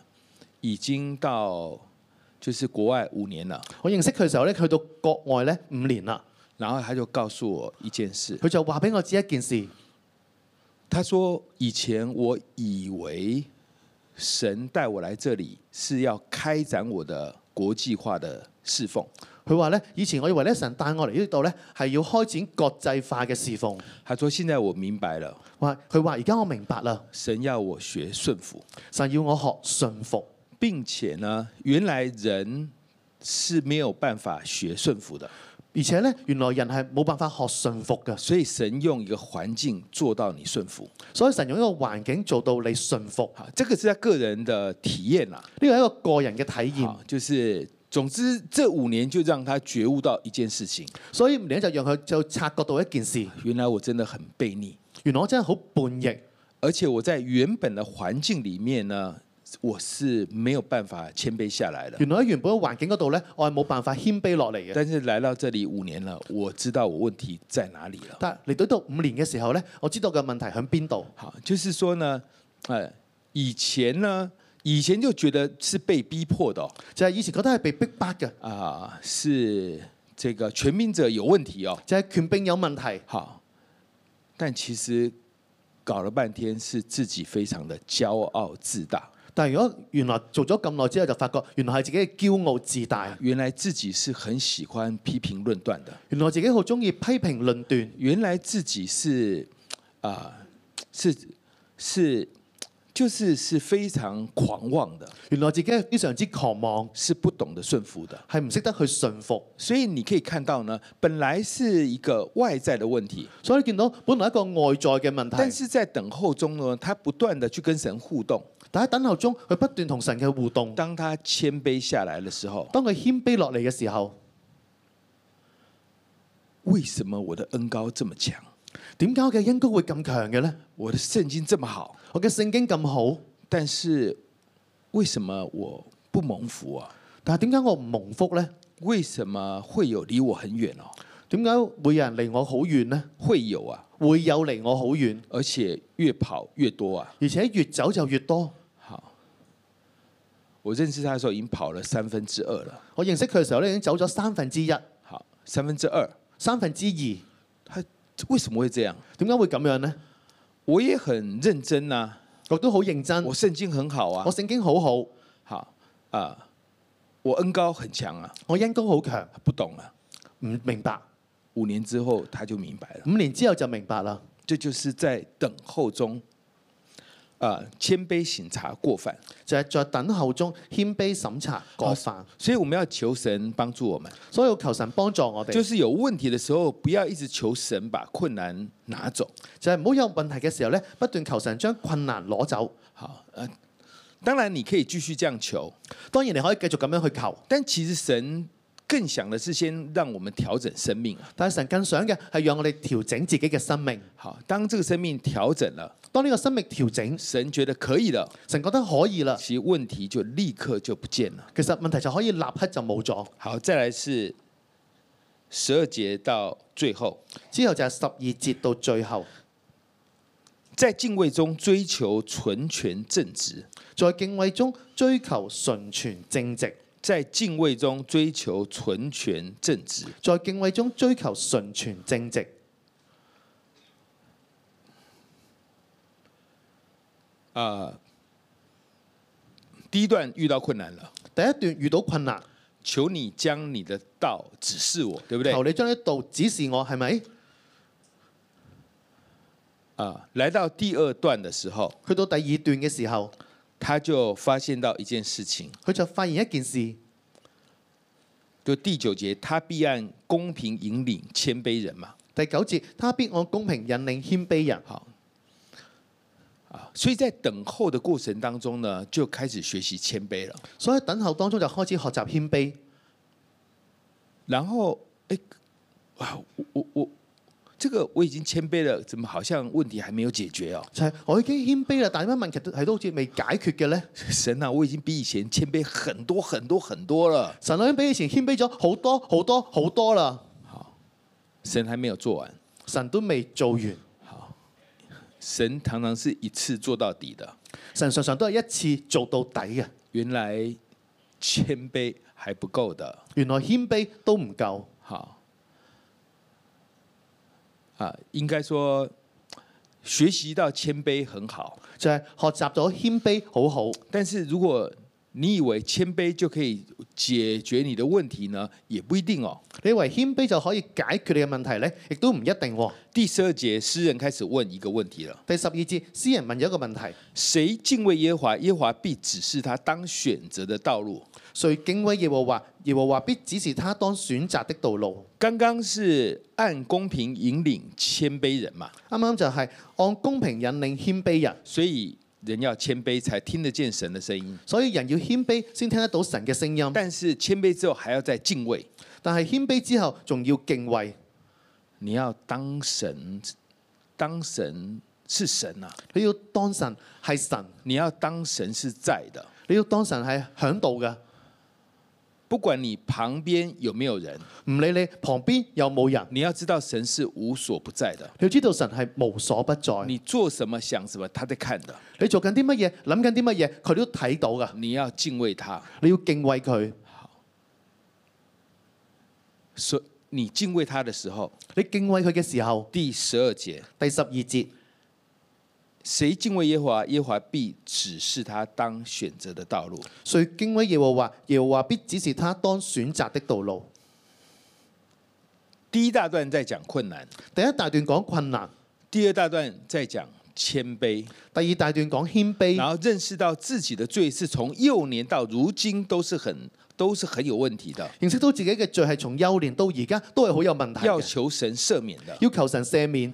[SPEAKER 2] 已經到就是國外五年了。
[SPEAKER 3] 我認識佢嘅時候咧，佢去到國外咧五年啦，
[SPEAKER 2] 然後他就告訴我一件事，
[SPEAKER 3] 佢就話俾我知一件事。
[SPEAKER 2] 他说：“以前我以为神带我来这里是要开展我的国际化的侍奉。
[SPEAKER 3] 佢話咧，以前我以為咧，神帶我嚟呢度咧係要開展國際化嘅侍奉。”
[SPEAKER 2] 他說：“現在我明白了，
[SPEAKER 3] 話佢話而家我明白啦，
[SPEAKER 2] 神要我學順服，
[SPEAKER 3] 神要我學順服。
[SPEAKER 2] 并且呢，原來人是沒有辦法學順服的，
[SPEAKER 3] 而且咧，原來人係冇辦法學順服嘅，
[SPEAKER 2] 所以神用一個環境做到你順服。
[SPEAKER 3] 所以神用一個環境做到你順服。
[SPEAKER 2] 好，這個是他個人的體驗啦。
[SPEAKER 3] 呢個係一個個人嘅體驗
[SPEAKER 2] 好，，就是總之這五年就讓他覺悟到一件事情：
[SPEAKER 3] 所以唔理就讓佢就察覺到一件事，
[SPEAKER 2] 原來我真的很悖逆。”
[SPEAKER 3] 原來我真係好叛逆，
[SPEAKER 2] 而且我在原本的环境里面呢，我是没有办法谦卑下来的。
[SPEAKER 3] 原來喺原本嘅環境嗰度呢，我係冇辦法謙卑落嚟嘅。
[SPEAKER 2] 但是来到这里五年了，我知道我问题在哪里了。
[SPEAKER 3] 但嚟到到五年嘅時候呢，我知道嘅問題喺邊度。
[SPEAKER 2] 好，就是说呢，呃，以前呢，以前就觉得是被逼迫的哦
[SPEAKER 3] 就係、以前覺得係被逼迫嘅，
[SPEAKER 2] 啊、是这个权柄者有问题哦。
[SPEAKER 3] 就係、權柄有問題。
[SPEAKER 2] 好，但其实搞了半天是自己非常的骄傲自大，
[SPEAKER 3] 但係如果原來做咗咁耐之後，就發覺原來係自己嘅驕傲自大，
[SPEAKER 2] 原来自己是很喜欢批评论断的。
[SPEAKER 3] 原來自己好中意批評論斷，
[SPEAKER 2] 原来自己是啊、是是就是是非常狂妄的，
[SPEAKER 3] 原來自己係非常之狂妄，
[SPEAKER 2] 是不懂得顺服的。
[SPEAKER 3] 係唔識得去順服。
[SPEAKER 2] 所以你可以看到呢，本来是一个外在的問題，
[SPEAKER 3] 所以你見到本來一個外在嘅問
[SPEAKER 2] 但
[SPEAKER 3] 題，
[SPEAKER 2] 是在等候中呢，他不斷的去跟神互動。
[SPEAKER 3] 但喺等候中，佢不斷同神嘅互動。
[SPEAKER 2] 當他謙卑下來的時候，
[SPEAKER 3] 當佢謙卑落嚟嘅時候，
[SPEAKER 2] 為什麼我的恩高這麼強，
[SPEAKER 3] 點解我嘅恩高會咁強嘅呢？
[SPEAKER 2] 我的聖經這麼好，
[SPEAKER 3] 我嘅聖經咁好，
[SPEAKER 2] 但是為什麼我不蒙福啊？
[SPEAKER 3] 但係點解我唔蒙福呢？
[SPEAKER 2] 為什麼會有離我很遠哦？
[SPEAKER 3] 點解會有人離我好遠呢？
[SPEAKER 2] 會有啊，
[SPEAKER 3] 會有離我好遠，
[SPEAKER 2] 而且越跑越多啊。
[SPEAKER 3] 而且越走就越多。
[SPEAKER 2] 好，我認識他的時候已經跑了三分之二了。
[SPEAKER 3] 我認識佢嘅時候咧，已經走咗三分之一、
[SPEAKER 2] 好，三分之二，
[SPEAKER 3] 三分之二。
[SPEAKER 2] 他為什麼會這樣？
[SPEAKER 3] 點解會咁樣呢？
[SPEAKER 2] 我也很認真啊，
[SPEAKER 3] 我都好認真，
[SPEAKER 2] 我聖經很好啊
[SPEAKER 3] 嗯我，聖經好好，
[SPEAKER 2] 好啊、我恩高很強啊，
[SPEAKER 3] 我恩高好強，
[SPEAKER 2] 不懂啊。
[SPEAKER 3] 唔明白。
[SPEAKER 2] 五年之後他就明白了，
[SPEAKER 3] 五年之後就明白啦。
[SPEAKER 2] 這就是在等候中啊、谦卑省察过犯，
[SPEAKER 3] 就係在等候中謙卑審查過犯。
[SPEAKER 2] 所以我们要求神帮助我们，
[SPEAKER 3] 所以我求神幫助我哋，
[SPEAKER 2] 就
[SPEAKER 3] 就是
[SPEAKER 2] 有问题的时候，不要一直求神把困难拿走。
[SPEAKER 3] 係唔好有問題嘅時候咧，不斷求神將困難攞走。
[SPEAKER 2] 好，呃，当然你可以继续这样求，
[SPEAKER 3] 當然你可以繼續咁樣去求，
[SPEAKER 2] 但其实神更想的是先让我们调整生命啊。
[SPEAKER 3] 但係神更想嘅係讓我哋調整自己嘅生命。
[SPEAKER 2] 好，當這個生命調整了，
[SPEAKER 3] 當呢個生命調整，
[SPEAKER 2] 神覺得可以了，
[SPEAKER 3] 神覺得可以啦，
[SPEAKER 2] 其實問題就立刻就不見了。
[SPEAKER 3] 其實問題就可以立刻就冇咗。
[SPEAKER 2] 好，再來是十二節到最後，
[SPEAKER 3] 之後就係十二節到最後，
[SPEAKER 2] 在敬畏中追求純全正直，
[SPEAKER 3] 在敬畏中追求純全正直，
[SPEAKER 2] 在敬畏中追求純全正直。
[SPEAKER 3] 在敬畏中追求純全正直。
[SPEAKER 2] 第一段遇到困難了，
[SPEAKER 3] 第一段遇到困難，
[SPEAKER 2] 求你將你的道指示我，對不對？
[SPEAKER 3] 求你將呢度指示我，係咪？
[SPEAKER 2] 啊，來到第二段的時候，
[SPEAKER 3] 去到第二段嘅時候，
[SPEAKER 2] 他就發現到一件事情，
[SPEAKER 3] 佢就發現一件事，
[SPEAKER 2] 就第九節，他必按公平引領谦卑人嘛。
[SPEAKER 3] 第九節，他必按公平引領謙卑人。
[SPEAKER 2] 好啊，所以在等候的过程当中呢，就开始学习谦卑了。
[SPEAKER 3] 所以等候當中就開始學習謙卑。
[SPEAKER 2] 然后，哎，哇，我我我这个我已经谦卑了，怎么好像问题还没有解决哦？
[SPEAKER 3] 就係、我已經謙卑啦，但係乜問題都係都好似未解決嘅呢？
[SPEAKER 2] 神啊，我已经比以前谦卑很多很多很多了，
[SPEAKER 3] 神已經比以前謙卑咗好多好多好多啦，
[SPEAKER 2] 神还没有做完。
[SPEAKER 3] 神都未做完，
[SPEAKER 2] 神常常是一次做到底的，
[SPEAKER 3] 神常常都係一次做到底嘅。
[SPEAKER 2] 原来谦卑还不够的。
[SPEAKER 3] 原來謙卑都唔夠，
[SPEAKER 2] 好，啊，应该说学习到谦卑很好，
[SPEAKER 3] 就係、學習咗謙卑好好。
[SPEAKER 2] 但是如果你以为谦卑就可以解决你的问题呢，也不一定哦。
[SPEAKER 3] 你以為謙卑就可以解決你嘅問題呢？亦都唔一定喎。
[SPEAKER 2] 第十二节，诗人开始问一个问题了：
[SPEAKER 3] 第十二節，詩人問咗一個問題：
[SPEAKER 2] 谁敬畏耶和华，耶和华必指示他当选择的道路。
[SPEAKER 3] 誰敬畏耶和華？耶和華必指示他當選擇的道路。
[SPEAKER 2] 刚刚是按公平引领谦卑人嘛，
[SPEAKER 3] 啱啱就係按公平引領謙卑人，
[SPEAKER 2] 所以人要谦卑才听得见神的声音。
[SPEAKER 3] 所以人要謙卑先聽得到神嘅聲音。
[SPEAKER 2] 但是谦卑之后还要再敬畏，
[SPEAKER 3] 但係謙卑之後，仲要敬畏，
[SPEAKER 2] 你要当神，当神是神啊，
[SPEAKER 3] 你要當神係神，
[SPEAKER 2] 你要当神是在的，
[SPEAKER 3] 你要當神係響度嘅，
[SPEAKER 2] 不管你旁边有没有人，
[SPEAKER 3] 唔理你旁邊有冇人，
[SPEAKER 2] 你要知道神是无所不在的。
[SPEAKER 3] 你要知道神係無所不在。
[SPEAKER 2] 你做什么想什么，他在看的。
[SPEAKER 3] 你做緊啲乜嘢，諗緊啲乜嘢，佢都睇到噶。
[SPEAKER 2] 你要敬畏他，
[SPEAKER 3] 你要敬畏佢，
[SPEAKER 2] 所你敬畏他的时候，
[SPEAKER 3] 你敬畏佢嘅時候，
[SPEAKER 2] 第十二节，
[SPEAKER 3] 第十二節，
[SPEAKER 2] 谁敬畏耶和华，耶和华必指示他当选择的道路。
[SPEAKER 3] 誰敬畏耶和華，耶和華必指示他當選擇的道路。
[SPEAKER 2] 第一大段在讲困难，
[SPEAKER 3] 第一大段講困難，
[SPEAKER 2] 第二大段在讲谦卑。
[SPEAKER 3] 第二大段講謙卑。
[SPEAKER 2] 然后认识到自己的罪是从幼年到如今都是很都是很有问题的，
[SPEAKER 3] 認識到自己嘅罪係從幼年到而家都係好有問題
[SPEAKER 2] 要
[SPEAKER 3] 嘅，
[SPEAKER 2] 求神赦免的。
[SPEAKER 3] 要求神赦免。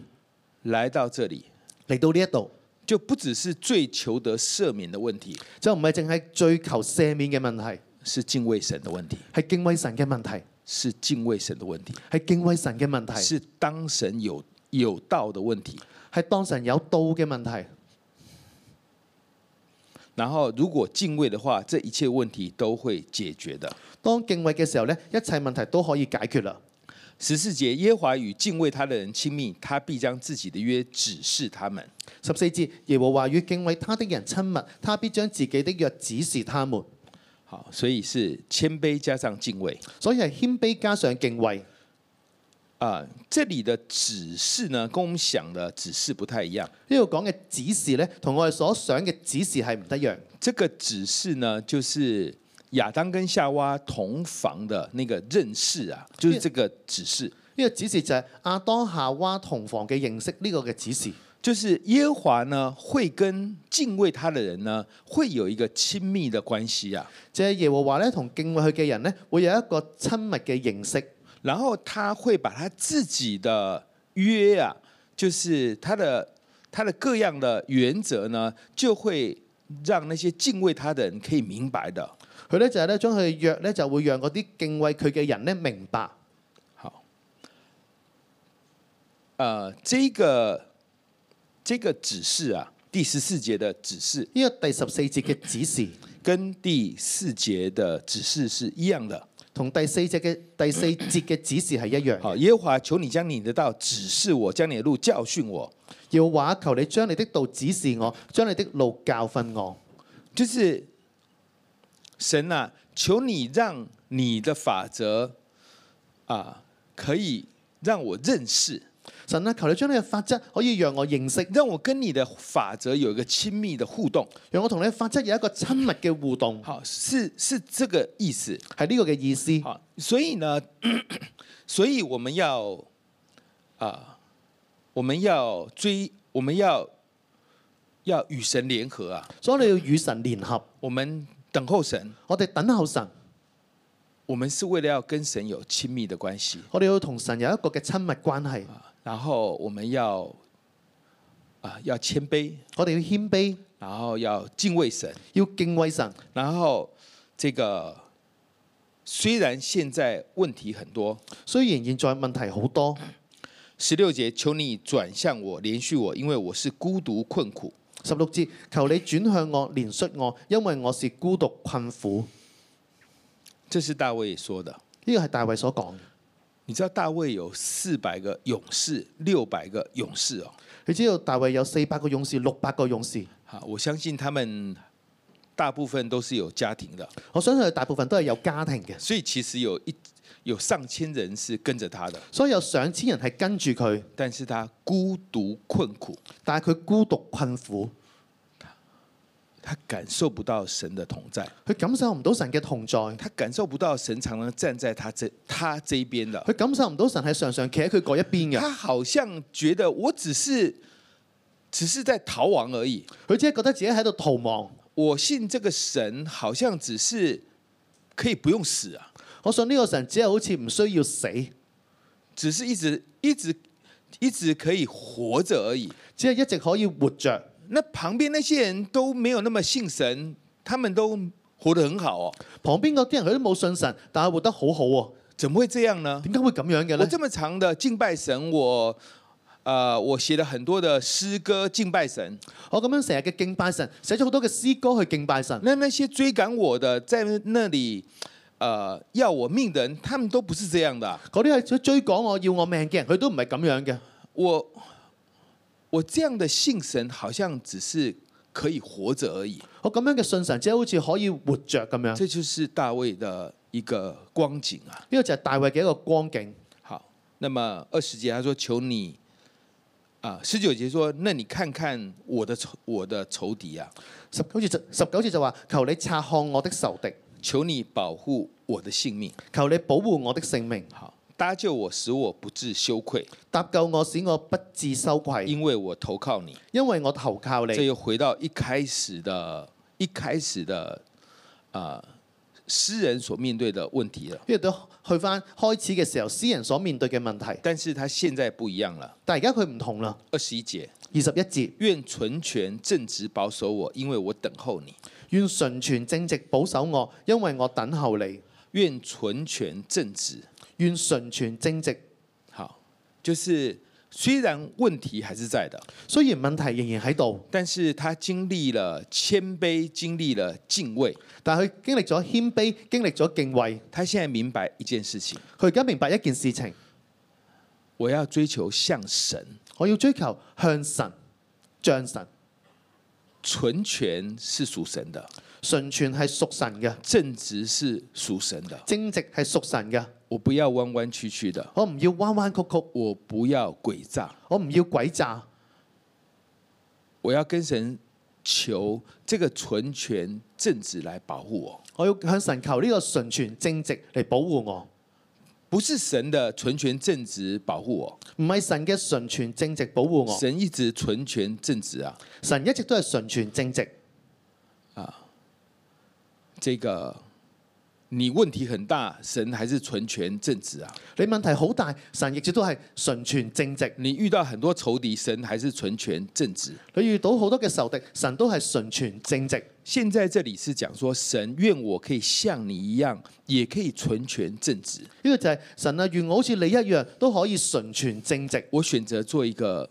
[SPEAKER 2] 来到这里，
[SPEAKER 3] 嚟到呢一度
[SPEAKER 2] 就不只是罪求得赦免的问题，
[SPEAKER 3] 就唔係淨係追求赦免嘅問題，
[SPEAKER 2] 是敬畏神的問題，
[SPEAKER 3] 係敬畏神嘅問題，
[SPEAKER 2] 是敬畏神的問題，
[SPEAKER 3] 係敬畏神嘅問題，
[SPEAKER 2] 是当神有有道的問題。
[SPEAKER 3] 係當神有道嘅問題。
[SPEAKER 2] 然后，如果敬畏的话，这一切问题都会解决的。
[SPEAKER 3] 當敬畏嘅時候呢，一切問題都可以解決啦。
[SPEAKER 2] 十四节，耶和华与敬畏他的人亲密，他必将自己的约指示他们。
[SPEAKER 3] 十四節，耶和華與敬畏他的人親密，他必將自己的約指示他們。
[SPEAKER 2] 好，所以是谦卑加上敬畏。
[SPEAKER 3] 所以係謙卑加上敬畏。
[SPEAKER 2] 啊、这里的指示呢，跟我们想的指示不太一样。
[SPEAKER 3] 呢度講嘅指示呢，同我哋所想嘅指示係唔一樣。
[SPEAKER 2] 这个指示呢，就是亚当跟夏娃同房的那个认识啊，就是这个指示。
[SPEAKER 3] 呢、個指示就係亞當夏娃同房嘅認識呢個嘅指示。
[SPEAKER 2] 就是耶和华呢会跟敬畏他的人呢会有一个亲密的关系啊，
[SPEAKER 3] 即係耶和華咧同敬畏佢嘅人咧，會有一個親密嘅認識。
[SPEAKER 2] 然后他会把他自己的约啊，就是他的他的各样的原则呢，就会让那些敬畏他的人可以明白的。
[SPEAKER 3] 佢咧就係咧將佢嘅約咧就會讓嗰啲敬畏佢嘅人咧明白。
[SPEAKER 2] 好，呃，这个这个指示啊，第十四节的指示
[SPEAKER 3] 呢、個第十四節嘅指示
[SPEAKER 2] 跟第四节的指示是一样的。
[SPEAKER 3] 同第四節嘅第四節嘅指示係一樣。
[SPEAKER 2] 好，耶和华，求你将你的道指示我，将你的路教训我。
[SPEAKER 3] 要話求你將你的道指示我，將你的路教訓我。
[SPEAKER 2] 就是神啊，求你让你的法则啊，可以让我认识，
[SPEAKER 3] 神啊，求你將你嘅法則可以讓我認識，
[SPEAKER 2] 让我跟你的法则有一个亲密的互动。
[SPEAKER 3] 讓我同你嘅法則有一個親密嘅互動，
[SPEAKER 2] 好，是是这个意思。
[SPEAKER 3] 係呢個嘅意思。
[SPEAKER 2] 好，所以呢， 所以我们要啊、我们要追，我们要要与神联合啊，
[SPEAKER 3] 所以你要與神聯合，
[SPEAKER 2] 我们等候神，
[SPEAKER 3] 我哋等候神，
[SPEAKER 2] 我们是为了要跟神有亲密的关系。
[SPEAKER 3] 我哋要同神有一個嘅親密關係。
[SPEAKER 2] 然后我们要啊、要谦卑，
[SPEAKER 3] 我哋要謙卑，
[SPEAKER 2] 然后要敬畏神，
[SPEAKER 3] 要敬畏神。
[SPEAKER 2] 然后这个虽然现在问题很多，
[SPEAKER 3] 雖然現在問題好多，
[SPEAKER 2] 十六节求你转向我，连续我，因为我是孤独困苦。
[SPEAKER 3] 十六節求你轉向我，憐恤我，因為我是孤獨困苦。
[SPEAKER 2] 这是大卫说的。
[SPEAKER 3] 呢個係大衛所講。
[SPEAKER 2] 你知道大卫有四百个勇士，六百个勇士哦。
[SPEAKER 3] 你知道大衛有四百個勇士，六百個勇士，
[SPEAKER 2] 好，我相信他们大部分都是有家庭的，
[SPEAKER 3] 我相信佢大部分都係有家庭嘅，
[SPEAKER 2] 所以其实有一有上千人是跟着他的，
[SPEAKER 3] 所以有上千人係跟住佢，
[SPEAKER 2] 但是他孤独困苦。
[SPEAKER 3] 但係佢孤獨困苦，
[SPEAKER 2] 他感受不到神的同在，
[SPEAKER 3] 佢感受唔到神嘅同在，佢
[SPEAKER 2] 他感受不到神常常站在他这他这一边的。
[SPEAKER 3] 感受唔到神係常常企喺佢嗰一邊嘅，
[SPEAKER 2] 他好像觉得我只是只是在逃亡而已，
[SPEAKER 3] 佢只係覺得自己喺度逃亡。
[SPEAKER 2] 我信这个神好像只是可以不用死啊，
[SPEAKER 3] 我信呢個神只係好似唔需要死，
[SPEAKER 2] 只是一直一直一直可以活着而已。
[SPEAKER 3] 只係一直可以活着。
[SPEAKER 2] 那旁边那些人都没有那么信神，他们都活得很好哦，
[SPEAKER 3] 旁邊嗰啲人佢都冇信神，但係活得好好、喎。
[SPEAKER 2] 怎么会这样呢？
[SPEAKER 3] 點解會咁樣嘅
[SPEAKER 2] 我
[SPEAKER 3] 呢？
[SPEAKER 2] 这么长的敬拜神，我呃，我写了很多的诗歌敬拜神。
[SPEAKER 3] 我咁樣成日嘅敬拜神，寫咗好多嘅詩歌去敬拜神。
[SPEAKER 2] 那那些追赶我的，在那里呃要我命的人，他们都不是这样的啊、
[SPEAKER 3] 嗰啲係追趕我要我命嘅人，佢都唔係咁樣嘅。
[SPEAKER 2] 我我这样的信神，好像只是可以活着而已。
[SPEAKER 3] 哦我咁樣嘅信神，只係好似可以活着咁樣。
[SPEAKER 2] 这就是大卫的一个光景啊。
[SPEAKER 3] 呢個就係大衛嘅一個光景。
[SPEAKER 2] 好，那么二十节他说：“求你。”啊，十九节说：“那你看看我的仇，我的仇敌啊，
[SPEAKER 3] 十九節就十九節就話：求你察看我的仇敵，
[SPEAKER 2] 求你保护我的性命。”
[SPEAKER 3] 求你保護我的性命，
[SPEAKER 2] 好，搭救我，使我不致羞愧，
[SPEAKER 3] 搭救我，使我不致羞愧，
[SPEAKER 2] 因为我投靠你。
[SPEAKER 3] 因為我投靠
[SPEAKER 2] 这
[SPEAKER 3] 你。
[SPEAKER 2] 又回到一开始的，一开始的，呃，诗人所面对的问题了。
[SPEAKER 3] 呢個都去翻開始嘅時候，詩人所面對嘅問題，
[SPEAKER 2] 但是他现在不一样了。
[SPEAKER 3] 但係而家佢唔同啦。
[SPEAKER 2] 二十一节，
[SPEAKER 3] 二十一節，
[SPEAKER 2] 愿存全正直保守我，因为我等候你。
[SPEAKER 3] 願純全正直保守我，因為我等候你。
[SPEAKER 2] 愿存全正直，
[SPEAKER 3] 願純全正直，
[SPEAKER 2] 好，就是虽然问题还是在的，
[SPEAKER 3] 雖然問題仍然喺度，
[SPEAKER 2] 但是他经历了谦卑，经历了敬畏，
[SPEAKER 3] 但係佢經歷咗謙卑，經歷咗敬畏，
[SPEAKER 2] 他现在明白一件事情：
[SPEAKER 3] 佢而家明白一件事情：
[SPEAKER 2] 我要追求像神。
[SPEAKER 3] 我要追求向神、像神。
[SPEAKER 2] 存全是属神的，
[SPEAKER 3] 純全係屬神嘅，
[SPEAKER 2] 正直是属神的。
[SPEAKER 3] 正直係屬神嘅。
[SPEAKER 2] 我不要弯弯曲曲的，
[SPEAKER 3] 我唔要彎彎曲曲，
[SPEAKER 2] 我不要诡诈，
[SPEAKER 3] 我唔要鬼詐，
[SPEAKER 2] 我要跟神求这个存全正直来保护我。
[SPEAKER 3] 我要向神求呢個純全正直嚟保護我。
[SPEAKER 2] 不是神的纯全正直保护我，
[SPEAKER 3] 唔係神嘅純全正直保護我，
[SPEAKER 2] 神一直纯全正直啊。
[SPEAKER 3] 神一直都係純全正直。
[SPEAKER 2] 这个你问题很大，神还是纯全正直啊。
[SPEAKER 3] 你問題好大，神亦直都係純全正直。
[SPEAKER 2] 你遇到很多仇敌，神还是纯全正直。
[SPEAKER 3] 你遇到好多嘅仇敵，神都係純全正直。
[SPEAKER 2] 现在这里是讲说，神愿我可以像你一样，也可以纯全正直。
[SPEAKER 3] 呢、個就係神啊，願我好似你一樣都可以純全正直。
[SPEAKER 2] 我选择做一个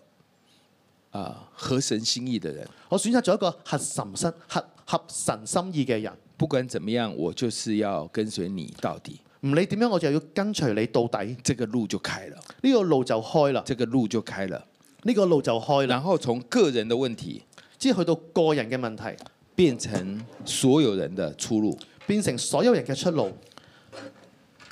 [SPEAKER 2] 啊、合神心意的人。
[SPEAKER 3] 我選擇咗一個合神心、合合神心意嘅人。
[SPEAKER 2] 不管怎么样，我就是要跟随你到底，
[SPEAKER 3] 唔理點樣，我就要跟隨你到底。
[SPEAKER 2] 这个路就开了，
[SPEAKER 3] 呢、個路就開啦，
[SPEAKER 2] 这个路就开了。
[SPEAKER 3] 呢、個路就開啦。
[SPEAKER 2] 然后从个人的问题
[SPEAKER 3] 之後去到個人嘅問題，
[SPEAKER 2] 变成所有人的出路，
[SPEAKER 3] 變成所有人嘅出路，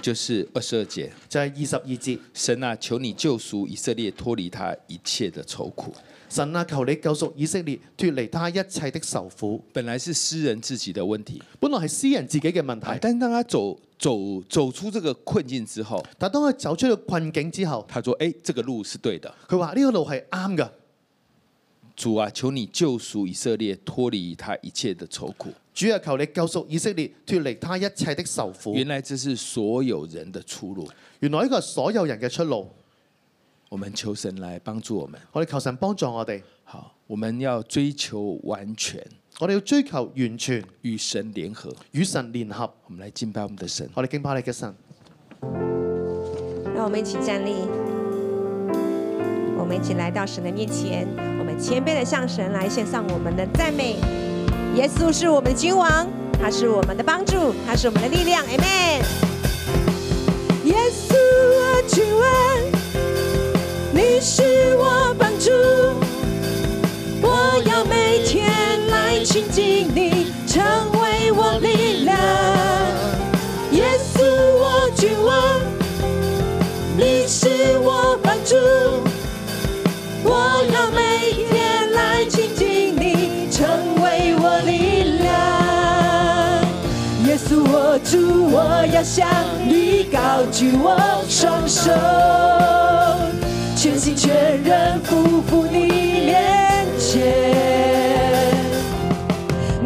[SPEAKER 2] 就是二十二节。
[SPEAKER 3] 就係二十二節。
[SPEAKER 2] 神啊，求你救赎以色列，脱离他一切的愁苦。
[SPEAKER 3] 神啊，求你救贖以色列，脱離他一切的受苦。
[SPEAKER 2] 本来是诗人自己的问题，
[SPEAKER 3] 本來係私人自己嘅問
[SPEAKER 2] 啊
[SPEAKER 3] 題，
[SPEAKER 2] 但是当他走走走出这个困境之后，
[SPEAKER 3] 但當佢走出咗困境之後，
[SPEAKER 2] 他说：“哎，这个路是对的。
[SPEAKER 3] 佢話呢個路係啱嘅。
[SPEAKER 2] 主啊，求你救赎以色列，脱离他一切的愁苦。
[SPEAKER 3] 主啊，求你救贖以色列，脱離他一切的受苦。
[SPEAKER 2] 原來这是所有人的出路。
[SPEAKER 3] 原來呢個係所有人嘅出路。
[SPEAKER 2] 我们求神来帮助我们。
[SPEAKER 3] 我哋求神幫助我哋，
[SPEAKER 2] 好，我们要追求完全，
[SPEAKER 3] 我哋要追求完全，
[SPEAKER 2] 与神联合。
[SPEAKER 3] 與神聯合。
[SPEAKER 2] 我们来敬拜我们的神。
[SPEAKER 3] 我哋敬拜你嘅神。
[SPEAKER 4] 让我们一起站立，我们一起来到神的面前，我们谦卑的向神来献上我们的赞美。耶稣是我们的君王，他是我们的帮助，他是我们的力量。Amen。耶稣啊，君王，你是我帮助，我要每天来亲近你，成为我力量。耶稣啊，君王。你是我帮助，我要每天来亲近你，成为我力量。耶稣，我主，啊我要向你高举我双手，全心全人匍匐你面前。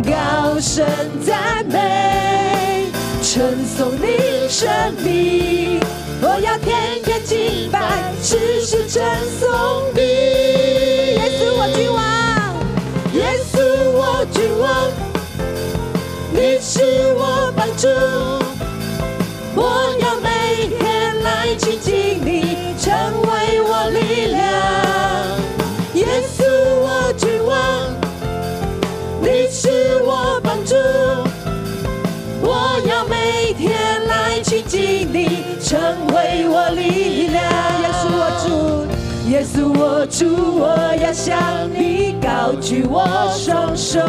[SPEAKER 4] 高声赞美，称颂你生命。我要天天敬拜，时时称颂你。耶稣我君王，耶稣我君王，你是我帮助。我要每天来亲近你，成为我力量。耶稣我君王。你是我帮助，我要每天来亲近你，成为我力量。耶稣我主，耶稣我主，我要向你高举我双手，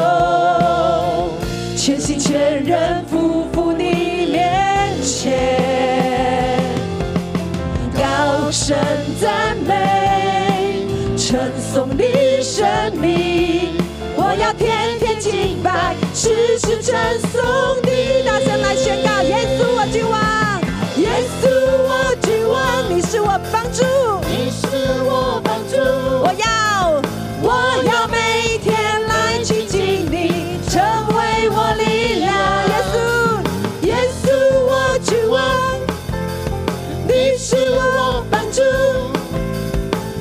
[SPEAKER 4] 全心全人匍匐你面前。高声赞美，称颂你生命。我要天天敬拜，时时称颂你。大声来宣告：耶稣我君王，耶稣我君王，你是我帮助，你是我帮助。我要，我要每天来亲近你，成为我力量。耶稣，耶稣我君王。你是我帮助，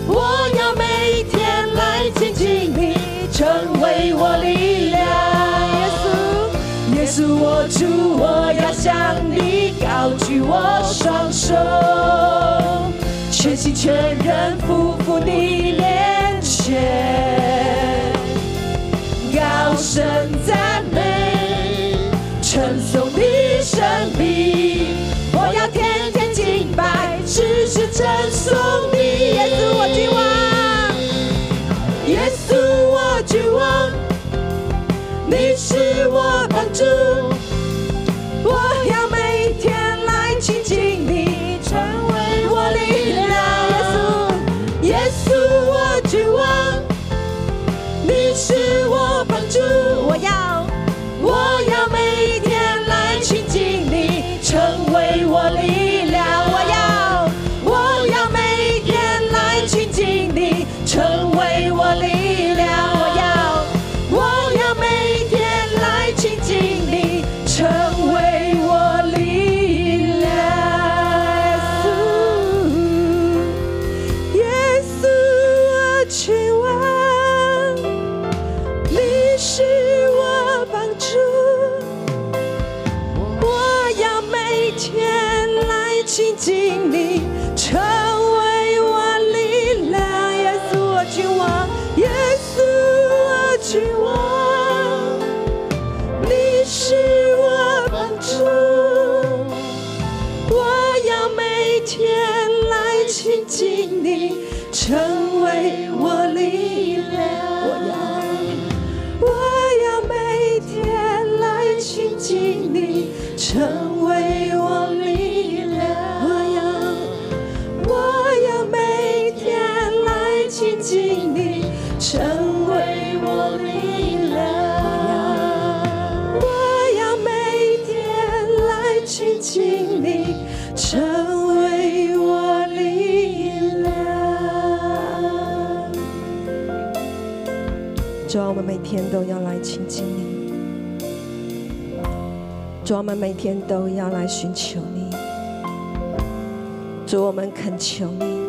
[SPEAKER 4] 我要每天来亲近你，成为我力量。耶稣，耶稣我主，我要向你高举我双手，全心全人匍匐你面前。高声赞美，称颂你生命。我要天天敬拜，时时称颂你。耶稣我君王，耶稣我君王，你是我帮助。我要每天来亲近你，成为我力量。耶稣，耶稣我君王。你是我帮助，我要，我要每天来亲近你，成为我力量，我要。给我力量。我要每天来亲近你，成为我力量。主啊，我们每天都要来亲近你。主啊，我们每天都要来寻求你。主，我们恳求你，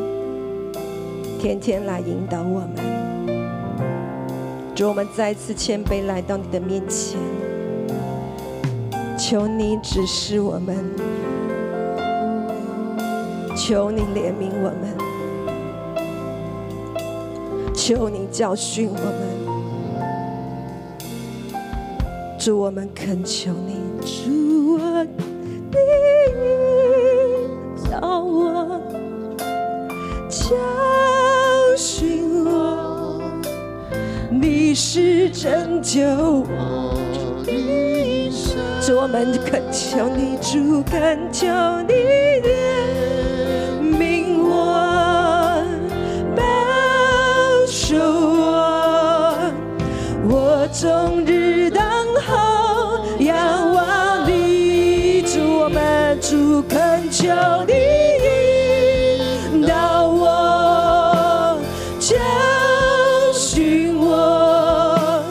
[SPEAKER 4] 天天来引导我们。主，我们再次谦卑来到你的面前，求你指示我们，求你怜悯我们，求你教训我们。主，我们恳求你，主啊，你找我。教训我，你是拯救我的神。主，我们恳求你，主恳求你怜悯我，保守我，我终日当后仰望你。主，我们主恳求你。引导我，教训我，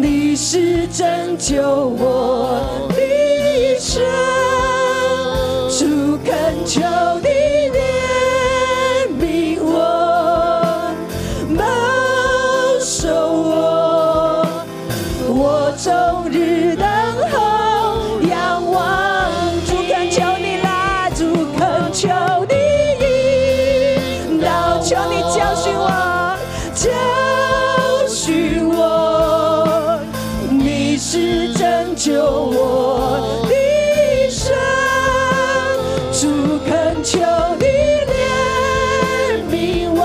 [SPEAKER 4] 你是拯救我的神，主恳求你怜悯我，保守我，我终日等候仰望，主恳求你啦，主恳求你引导，求你教训我，教训我，你是拯救我的神，主恳求你怜悯我，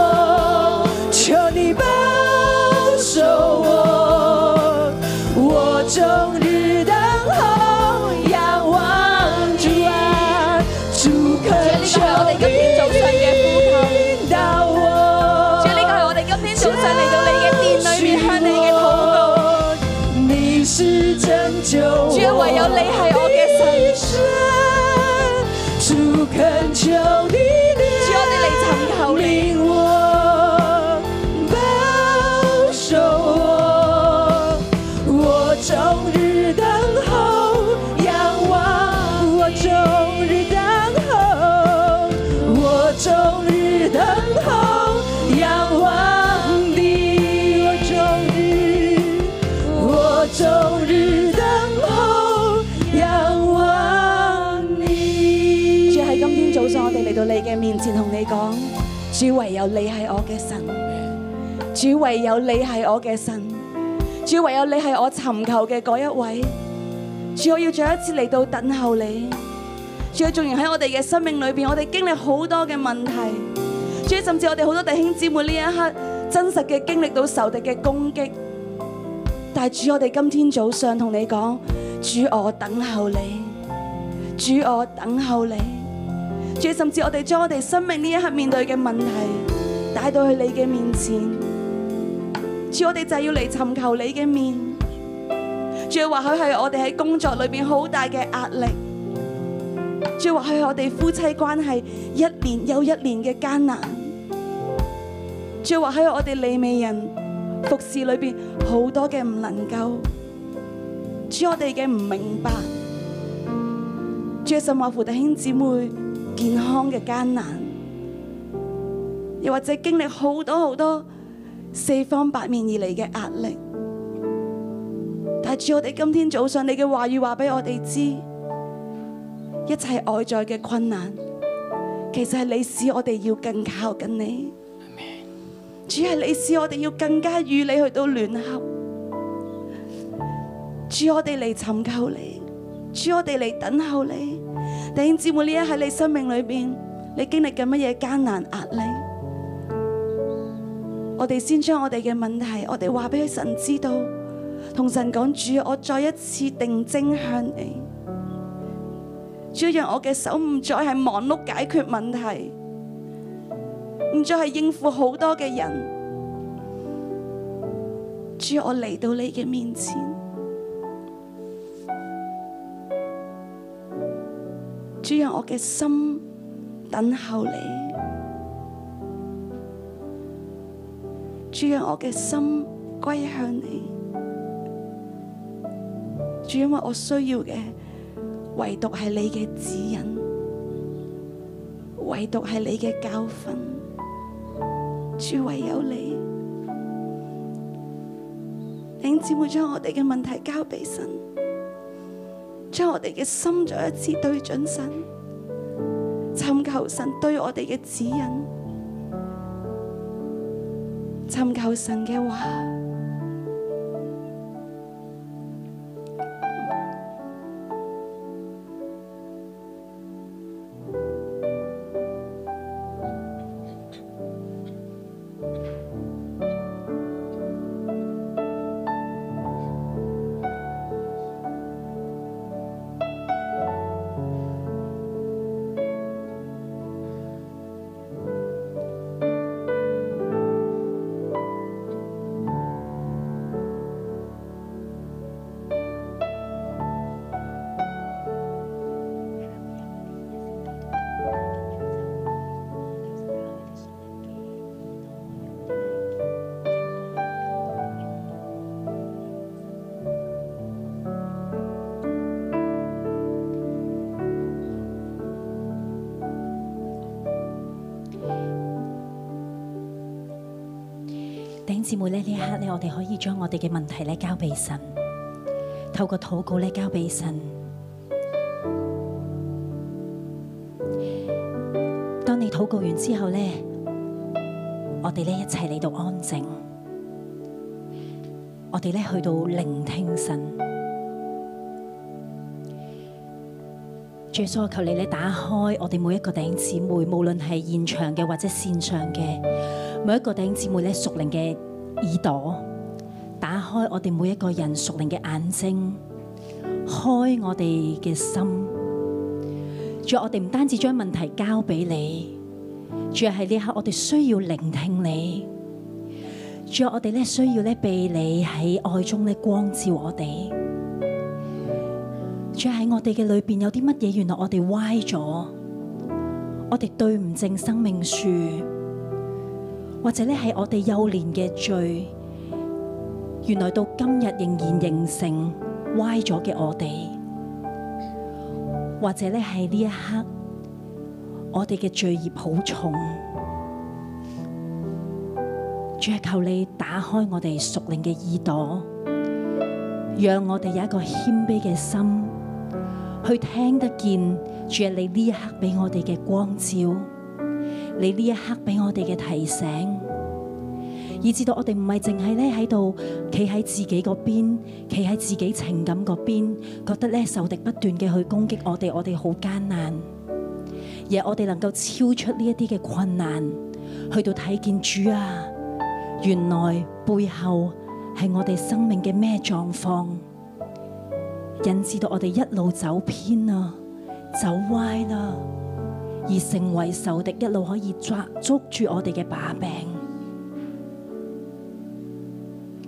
[SPEAKER 4] 求你保守我，我终日等候仰望主啊，主恳求你引导我，你是拯救我，
[SPEAKER 5] 主啊唯有你係我嘅
[SPEAKER 4] 神。主恳求你
[SPEAKER 5] 主我哋嚟尋求你
[SPEAKER 4] 怜悯我，保守我，我终日等候仰望，我终日等候，我终日等候仰望你，我终日。我终日等候仰望你。
[SPEAKER 5] 主喺今天早上，我哋嚟到你嘅面前，同你講：主唯有你係我嘅神，主唯有你係我嘅神，主唯有你係我尋求嘅嗰一位。主，我要再一次嚟到等候你。主，縱然喺我哋嘅生命裏边，我哋經歷好多嘅問題，主甚至我哋好多弟兄姊妹呢一刻真實嘅經歷到仇敵嘅攻擊。但係主，我哋今天早上同你講，主，我等候你，主，我等候你。主，甚至我哋將我哋生命呢一刻面對嘅問題帶到去你嘅面前。主，我哋就係要嚟尋求你嘅面。主，或許係我哋喺工作裏邊好大嘅壓力。主，或許係我哋夫妻關係一年又一年嘅艱難。主，或許係我哋利未人服侍裏邊好多嘅唔能夠。主，我哋嘅唔明白。主甚或乎弟兄姊妹健康嘅艱難，又或者經歷好多好多四方八面而嚟嘅壓力。但係主，我哋今天早上你嘅話語話俾我哋知，一切外在嘅困難，其實係你使我哋要更靠近你。主係你使我哋要更加與你去到聯合。主，我哋嚟尋求你。主，我哋嚟等候你。弟兄姊妹，呢一喺你生命裏边，你經歷緊乜嘢艱難壓力？我哋先將我哋嘅問題，我哋話俾神知道，同神講：主，我再一次定睛向你。主，讓我嘅手唔再係忙碌解決問題，唔再係應付好多嘅人，
[SPEAKER 4] 主，我嚟到你嘅面前，主让我嘅心等候你，主让我嘅心归向你，主因为我需要嘅，唯独系你嘅指引，唯独系你嘅教训，主唯有你。弟兄姊妹將我哋嘅問題交俾神，將我哋嘅心再一次對準神，尋求神對我哋嘅指引，尋求神嘅話。
[SPEAKER 6] 弟兄姊妹咧，呢一刻咧，我哋可以將我哋嘅問題咧交俾神，透過禱告咧交俾神。當你禱告完之後咧，我哋咧一齊嚟到安靜，我哋咧去到聆聽神。主耶穌，我求你咧打開我哋每一個弟兄姊妹，無論係現場嘅或者線上嘅。每一個弟兄姊妹咧屬靈嘅耳朵，打開我哋每一個人屬靈嘅眼睛，開我哋嘅心。主啊，我哋唔單止將問題交俾你，主啊，喺呢一刻我哋需要聆聽你。主啊，我哋咧需要咧被你喺愛中咧光照我哋。主啊喺我哋嘅裏邊有啲乜嘢？原來我哋歪咗，我哋對唔正生命樹。或者咧係我哋幼年嘅罪，原來到今日仍然形成歪咗嘅我哋，或者咧係呢一刻我哋嘅罪孽好重。主係求你打開我哋屬靈嘅耳朵，讓我哋有一個謙卑嘅心，去聽得見主啊係你呢一刻俾我哋嘅光照。你呢一刻俾我哋嘅提醒，以至到我哋唔係淨係咧喺度企喺自己嗰邊，企喺自己情感嗰邊，覺得咧仇敵不斷嘅去攻擊我哋，我哋好艱難，而我哋能夠超出呢一啲嘅困難，去到睇見主啊，原來背後係我哋生命嘅咩狀況，引致到我哋一路走偏啦，走歪啦。而成為仇敵一路可以抓捉住我哋嘅把柄。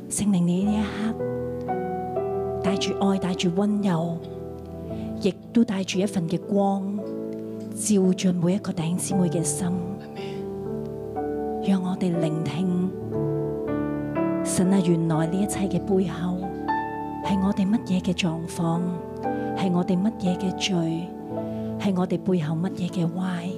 [SPEAKER 6] 聖靈，你呢一刻帶住愛，帶住温柔，亦都帶住一份嘅光，照進每一個弟兄姊妹嘅心。讓我哋聆聽神啊！原來呢一切嘅背後，係我哋乜嘢嘅狀況，係我哋乜嘢嘅罪。係我哋背後乜嘢嘅歪。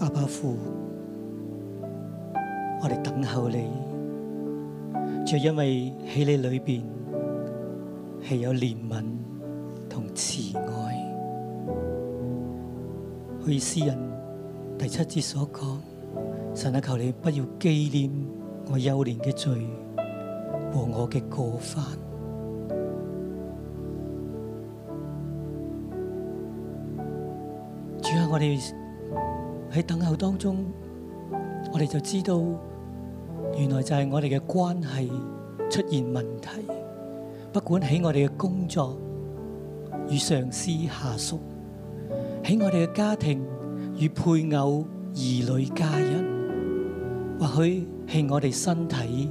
[SPEAKER 7] 阿爸父，我哋等候你，就因為喺你裏邊係有憐憫同慈愛。好似詩人第七節所講，神啊，求你不要紀念我幼年嘅罪和我嘅過犯。主啊，我哋。喺等候當中，我哋就知道，原來就係我哋嘅關係出現問題。不管喺我哋嘅工作與上司下屬，喺我哋嘅家庭與配偶、兒女、家人，或許係我哋身體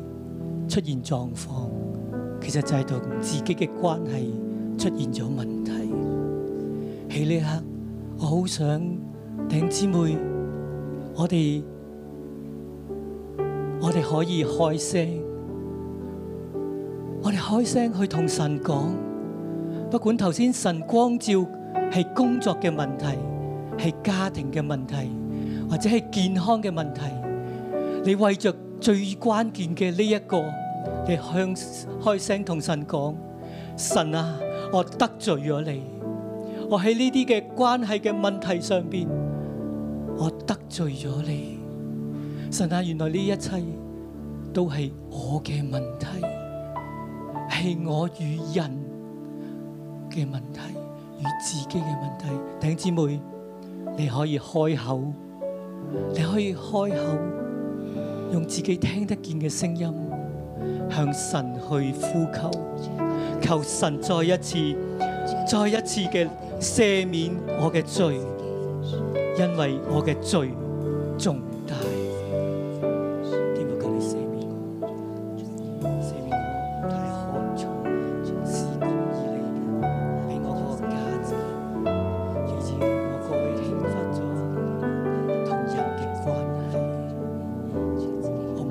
[SPEAKER 7] 出現狀況，其實就係同自己嘅關係出現咗問題。喺呢一刻，我好想。弟兄姊妹，我哋我哋可以開聲，我哋開聲去同神講。不管頭先神光照係工作嘅問題，係家庭嘅問題，或者係健康嘅問題，你為着最關鍵嘅呢一個，你向開聲同神講：神啊，我得罪咗你，我喺呢啲嘅關係嘅問題上邊。我得罪咗你，神啊！原來呢一切都係我嘅問題，係我與人嘅問題，與自己嘅問題。弟兄姊妹，你可以開口，你可以開口，用自己聽得見嘅聲音向神去呼求，求神再一次、再一次嘅赦免我嘅罪。因為我嘅罪重大，天父求你赦免我，赦免我太看重事工以嚟嘅，俾我個價值，以致我過去輕忽咗同人嘅關係，我冇看重同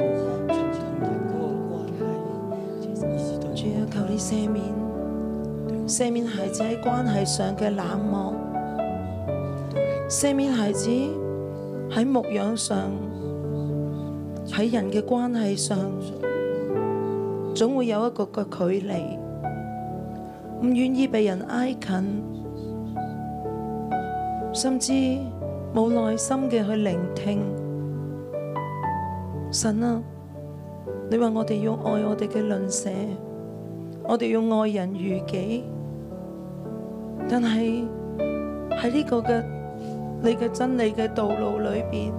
[SPEAKER 7] 人嗰個關係，以致對
[SPEAKER 8] 主啊，求你赦免，赦免孩子喺關係上嘅冷漠，赦免孩子喺牧養上，喺人嘅關係上，總會有一個嘅距離，唔願意被人挨近，甚至冇耐心嘅去聆聽。神啊，你話我哋要愛我哋嘅鄰舍。我哋要愛人如己，但係喺呢個嘅你嘅真理嘅道路裏邊，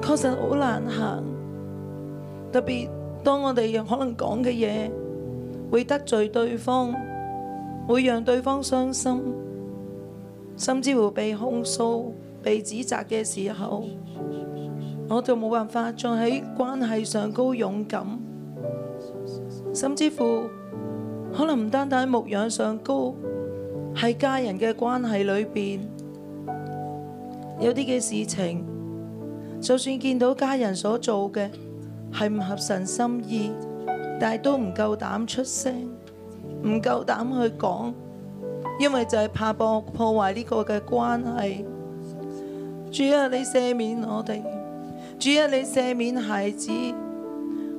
[SPEAKER 8] 確實好難行。特別當我哋可能講嘅嘢會得罪對方，會讓對方傷心，甚至乎被控訴、被指責嘅時候，我就冇辦法再喺關係上高勇敢，甚至乎。可能唔單單喺牧養上高，喺家人嘅關係裏邊，有啲嘅事情，就算見到家人所做嘅係唔合神心意，但係都唔夠膽出聲，唔夠膽去講，因為就係怕破破壞呢個嘅關係。主啊，你赦免我哋，主啊，你赦免孩子，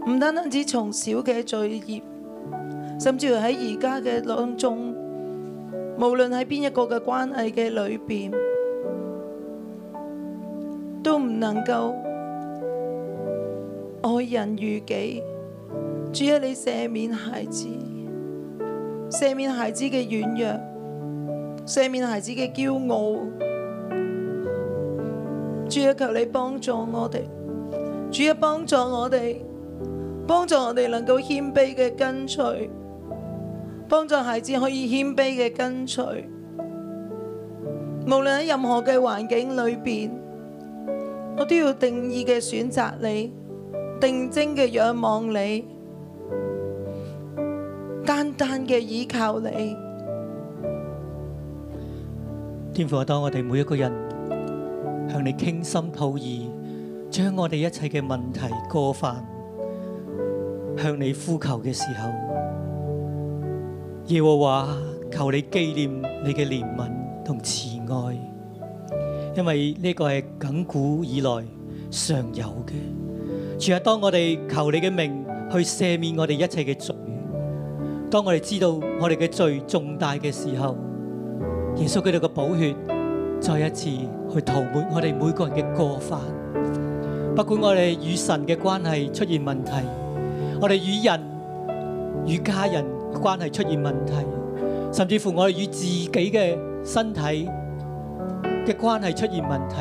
[SPEAKER 8] 唔單單止從小嘅罪孽。甚至乎喺而家嘅當中，無論喺邊一個嘅關係嘅裏邊，都唔能夠愛人如己。主啊，你赦免孩子，赦免孩子嘅軟弱，赦免孩子嘅驕傲。主啊，求你幫助我哋，主啊，幫助我哋，幫助我哋能夠謙卑嘅跟隨。幫助孩子可以謙卑嘅跟隨，無論喺任何嘅環境裏邊，我都要定義嘅選擇你，定睛嘅仰望你，單單嘅依靠你。
[SPEAKER 7] 天父，當我哋每一個人向你傾心吐意，將我哋一切嘅問題過犯向你呼求嘅時候，耶和華，求你紀念你嘅憐憫同慈愛，因為呢個係亘古以來常有嘅。主啊，當我哋求你嘅名去赦免我哋一切嘅罪，當我哋知道我哋嘅罪重大嘅時候，耶穌基督嘅寶血再一次去塗抹我哋每個人嘅過犯，不管我哋與神嘅關係出現問題，我哋與人、與家人關係出現問題，甚至乎我哋與自己嘅身體。嘅關係出現問題。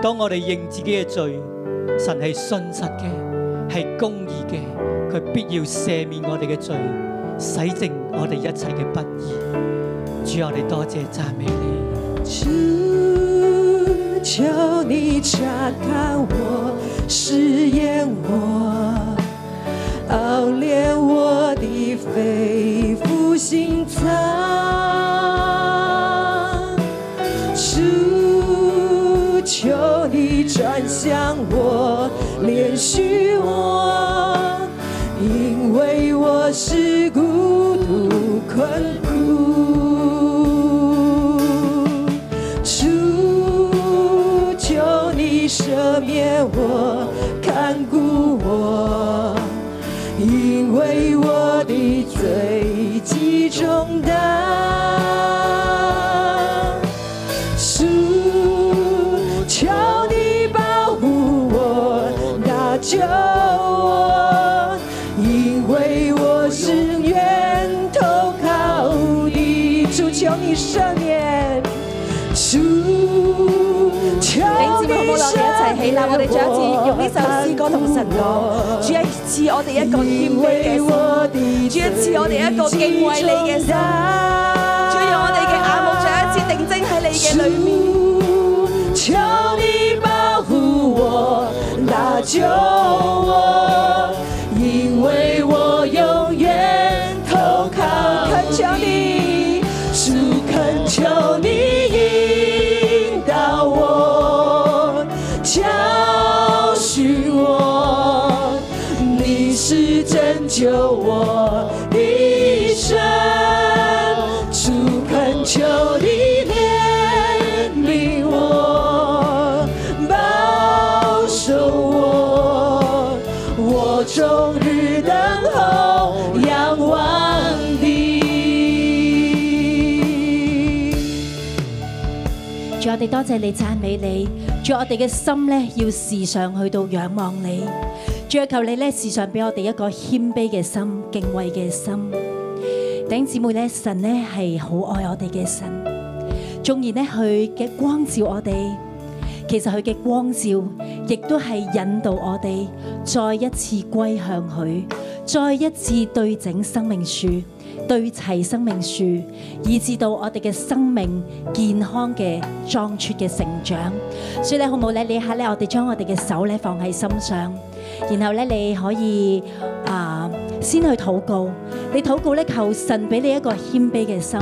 [SPEAKER 7] 當我哋認自己嘅罪，神係信實嘅，係公義嘅，佢必要赦免我哋嘅罪，洗淨我哋一切嘅不義。主，我哋多謝讚美你。
[SPEAKER 4] 主，求你察看我，试验我，熬炼我的肺腑心肠。主，求你转向我，怜恤我，因为我是孤独困苦。主，求你赦免我，看顾我，因为我的罪极重大。主，求你保护我，搭救我，因为我是源头靠你。主，求你赦免。主，求
[SPEAKER 5] 弟兄姊妹好唔好？我
[SPEAKER 4] 你
[SPEAKER 5] 哋一
[SPEAKER 4] 赦
[SPEAKER 5] 齊起
[SPEAKER 4] 免
[SPEAKER 5] 立，我哋再一次用呢首詩歌同神講：
[SPEAKER 4] 我
[SPEAKER 5] 主啊，賜我哋一個謙卑嘅心，主啊，賜我哋一個敬畏你嘅心，主啊，讓我哋嘅眼目再一次定睛喺你嘅裏面。
[SPEAKER 4] 主，求你保护我，搭救我，因为我永远投靠
[SPEAKER 5] 恳求
[SPEAKER 4] 你。主，恳求你引导我，教训我，你是拯救我的一生。主，恳求你怜悯我，保守我，我终日等候仰望你。
[SPEAKER 6] 主，我哋多謝你讚美你，主，我哋嘅心咧要時常去到仰望你，主啊，求你咧時常俾我哋一個謙卑嘅心、敬畏嘅心。弟兄姊妹咧，神咧係好愛我哋嘅神，縱然咧佢嘅光照我哋，其實佢嘅光照亦都係引導我哋再一次歸向佢，再一次對整生命樹。對齊生命樹，以至到我哋嘅生命健康嘅壯闊嘅成長。所以咧，好唔好咧？呢一刻咧，我哋將我哋嘅手咧放喺心上，然後咧，你可以啊、先去禱告。你禱告咧，求神俾你一個謙卑嘅心，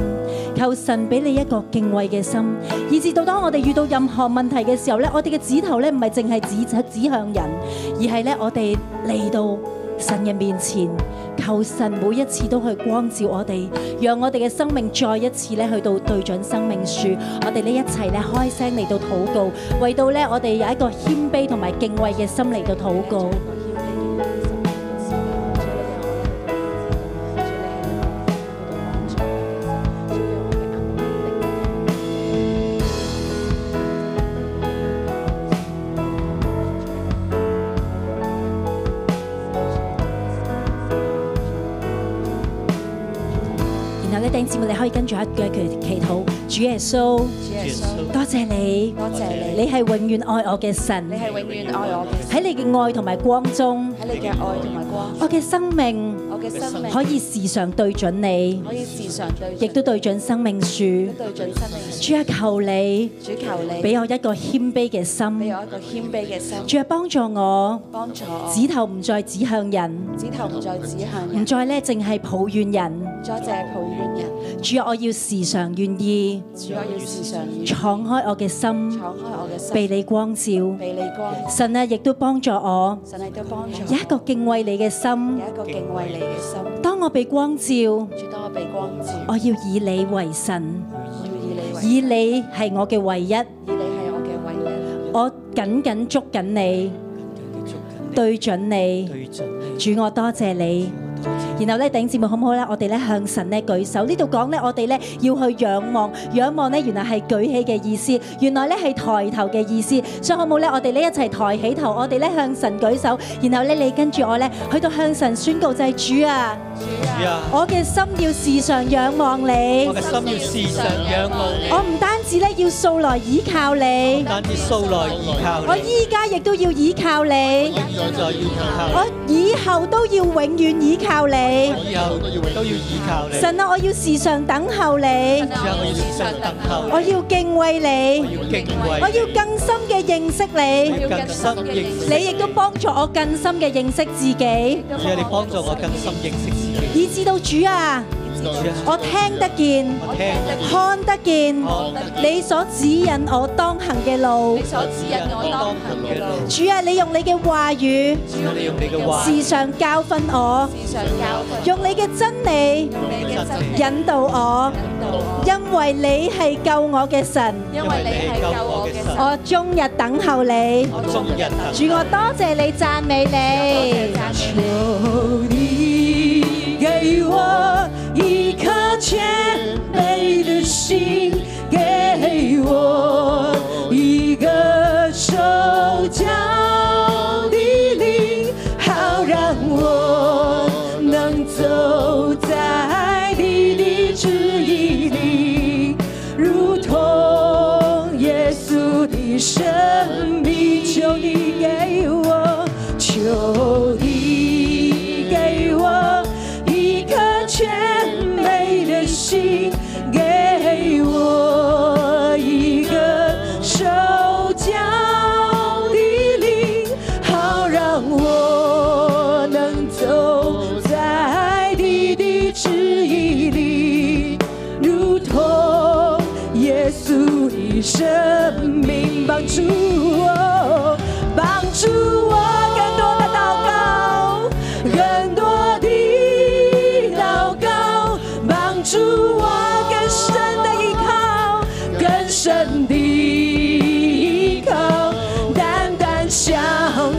[SPEAKER 6] 求神俾你一個敬畏嘅心，以至到當我哋遇到任何問題嘅時候咧，我哋嘅指頭咧唔係淨係指指向人，而係咧我哋嚟到神嘅面前。求神每一次都去光照我哋，讓我哋嘅生命再一次咧去到對準生命樹。我哋呢一齊咧開聲嚟到禱告，為到咧我哋有一個謙卑同埋敬畏嘅心嚟到禱告。然後咧，弟兄姊妹，你可以跟住一句祈祈禱，主耶穌，多謝你，
[SPEAKER 5] 多謝你，
[SPEAKER 6] 你係永遠愛我嘅神
[SPEAKER 5] 你。係永遠愛我嘅，
[SPEAKER 6] 喺你嘅愛同埋光中，
[SPEAKER 5] 喺你嘅愛同埋光，
[SPEAKER 6] 我嘅生命
[SPEAKER 5] 我嘅生命
[SPEAKER 6] 可以時常對準你，
[SPEAKER 5] 可以時常對準，
[SPEAKER 6] 亦都對準生命樹。
[SPEAKER 5] 對準生命樹。
[SPEAKER 6] 主啊，求你
[SPEAKER 5] 主求你
[SPEAKER 6] 俾我一個謙卑嘅
[SPEAKER 5] 俾
[SPEAKER 6] 心，
[SPEAKER 5] 我一個謙卑嘅心，
[SPEAKER 6] 主啊，幫助我
[SPEAKER 5] 幫助我，
[SPEAKER 6] 指頭唔再指向人，
[SPEAKER 5] 指頭唔再指向人，
[SPEAKER 6] 唔
[SPEAKER 5] 唔
[SPEAKER 6] 再咧淨係抱怨人。
[SPEAKER 5] 再淨係抱怨人。
[SPEAKER 6] 主啊，我要時常願意
[SPEAKER 5] 主，我要時常與
[SPEAKER 6] 敞開我嘅心，
[SPEAKER 5] 敞開我嘅心，
[SPEAKER 6] 被你光照。
[SPEAKER 5] 被你光，
[SPEAKER 6] 神啊，亦都幫助我
[SPEAKER 5] 神你都幫助我。
[SPEAKER 6] 有一個敬畏你嘅心。
[SPEAKER 5] 有一個敬畏你嘅心，
[SPEAKER 6] 當我被光照，
[SPEAKER 5] 主當我被光照，
[SPEAKER 6] 我要以你為神，
[SPEAKER 5] 我要以你為，
[SPEAKER 6] 以你係我嘅唯
[SPEAKER 5] 以
[SPEAKER 6] 一。
[SPEAKER 5] 你係我嘅
[SPEAKER 7] 我緊緊捉緊你，對準你。主，我多謝你。然後咧，頂節目好唔好咧？我哋咧向神咧舉手。呢度講咧，我哋咧要去仰望，仰望咧原來係舉起嘅意思，原來咧係抬頭嘅意思。所以好唔好咧？我哋咧一齊抬起頭，我哋咧向神舉手。然後咧，你跟住我咧去到向神宣告就係主啊，我嘅心要時常仰望你，我唔單止咧要素來倚靠你，我依家亦都要倚靠你，我以後都要永遠倚靠你。神啊，我要時常等候你，我要敬畏你，我要更深嘅認識你，你亦都幫助我更深嘅認識自己，以至到主啊，我聽得見、看得見你所指引我當行嘅路。主啊，你用你嘅話語時常教訓我，用你嘅真理引導我，因為你係救我嘅神，我終日等候你。主，我多謝你，讚美你。
[SPEAKER 6] 求你给我一颗谦卑的心，给我一个受教的灵，好让我能走在你的旨意里，如同耶稣的生命。求你给我，求你给我一颗谦卑的心，给我一个受教的灵，好让我能走在你的旨意里，如同耶稣的生命帮助我，帮助我更多的祷告，更多的祷告，帮助我更深的依靠，更深的依靠，单单相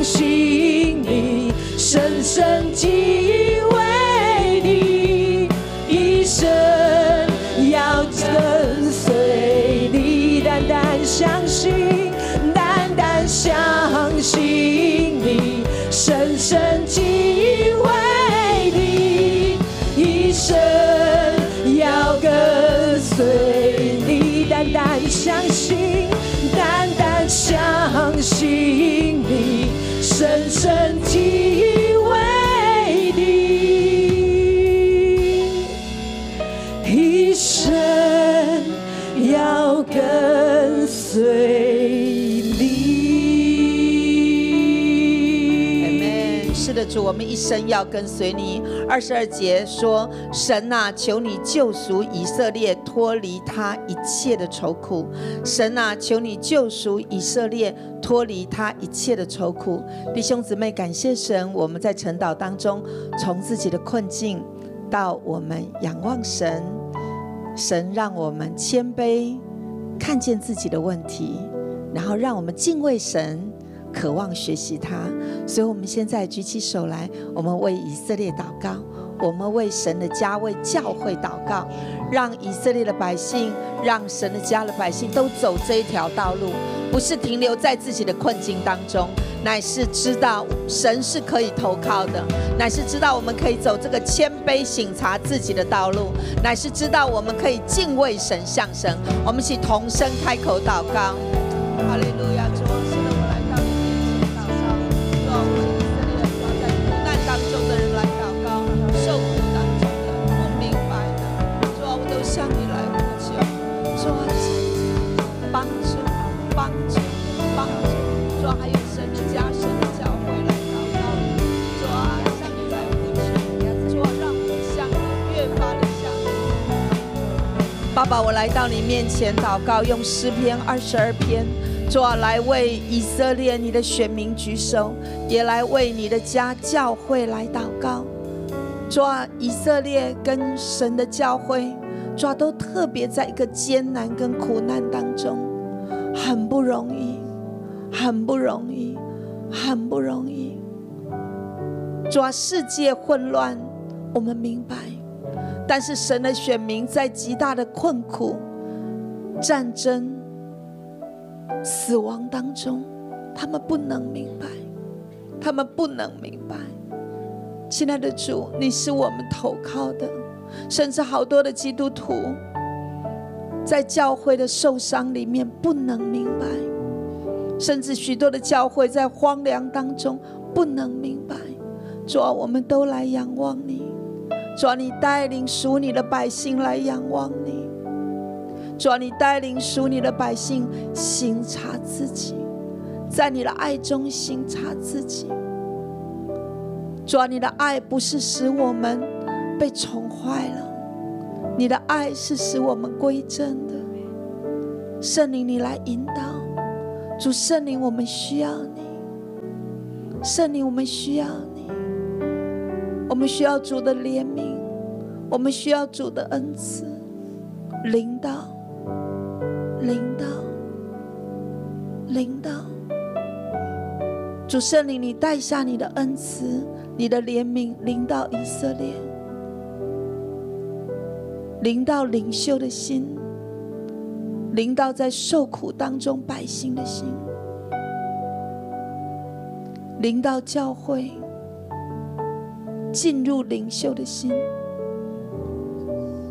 [SPEAKER 6] 信你，深深敬畏你，一生要跟随你，单单相信，单单相信你，深深敬畏你，一生要跟随你，单单相信，单单相信你，深深敬畏你。一生要跟随你。
[SPEAKER 8] Amen 是的，主，我们一生要跟随你。二十二节说：“神呐、求你救赎以色列，脱离他一切的愁苦。神呐、求你救赎以色列，脱离他一切的愁苦。”弟兄姊妹，感谢神，我们在晨祷当中，从自己的困境到我们仰望神，神让我们谦卑，看见自己的问题，然后让我们敬畏神，渴望学习他。所以，我们现在举起手来，我们为以色列祷告，我们为神的家、为教会祷告，让以色列的百姓，让神的家的百姓都走这一条道路，不是停留在自己的困境当中，乃是知道神是可以投靠的，乃是知道我们可以走这个谦卑省察自己的道路，乃是知道我们可以敬畏神、向神。我们一起同声开口祷告。哈利路亚！主，是的，我来到你面前祷告，主啊，为以色列人，在苦难当中的人来祷告，受苦当中的，我明白的，主啊，我都向你来呼求，主啊，帮助，帮助，帮助，主啊，还有神的家，神的教会来祷告，主啊，向你来呼求，主啊，让我向你越发的向你。爸爸，我来到你面前祷告，用诗篇二十二篇，主啊，来为以色列你的选民举手，也来为你的家教会来祷告。主啊，以色列跟神的教会，主啊，都特别在一个艰难跟苦难当中，很不容易，很不容易，很不容易。主啊，世界混乱，我们明白，但是神的选民在极大的困苦、战争、死亡当中，他们不能明白，他们不能明白。亲爱的主，你是我们投靠的，甚至好多的基督徒在教会的受伤里面不能明白，甚至许多的教会在荒凉当中不能明白。主啊，我们都来仰望你，主啊，你带领属你的百姓来仰望你，主啊，你带领属你的百姓省察自己，在你的爱中省察自己。主啊，你的爱不是使我们被宠坏了，你的爱是使我们归正的。圣灵，你来引导，主圣灵，我们需要你，圣灵，我们需要你，我们需要主的怜悯，我们需要主的恩赐，领导，领导，领导。主圣灵，你带下你的恩慈，你的怜悯，临到以色列，临到领袖的心，临到在受苦当中百姓的心，临到教会，进入领袖的心，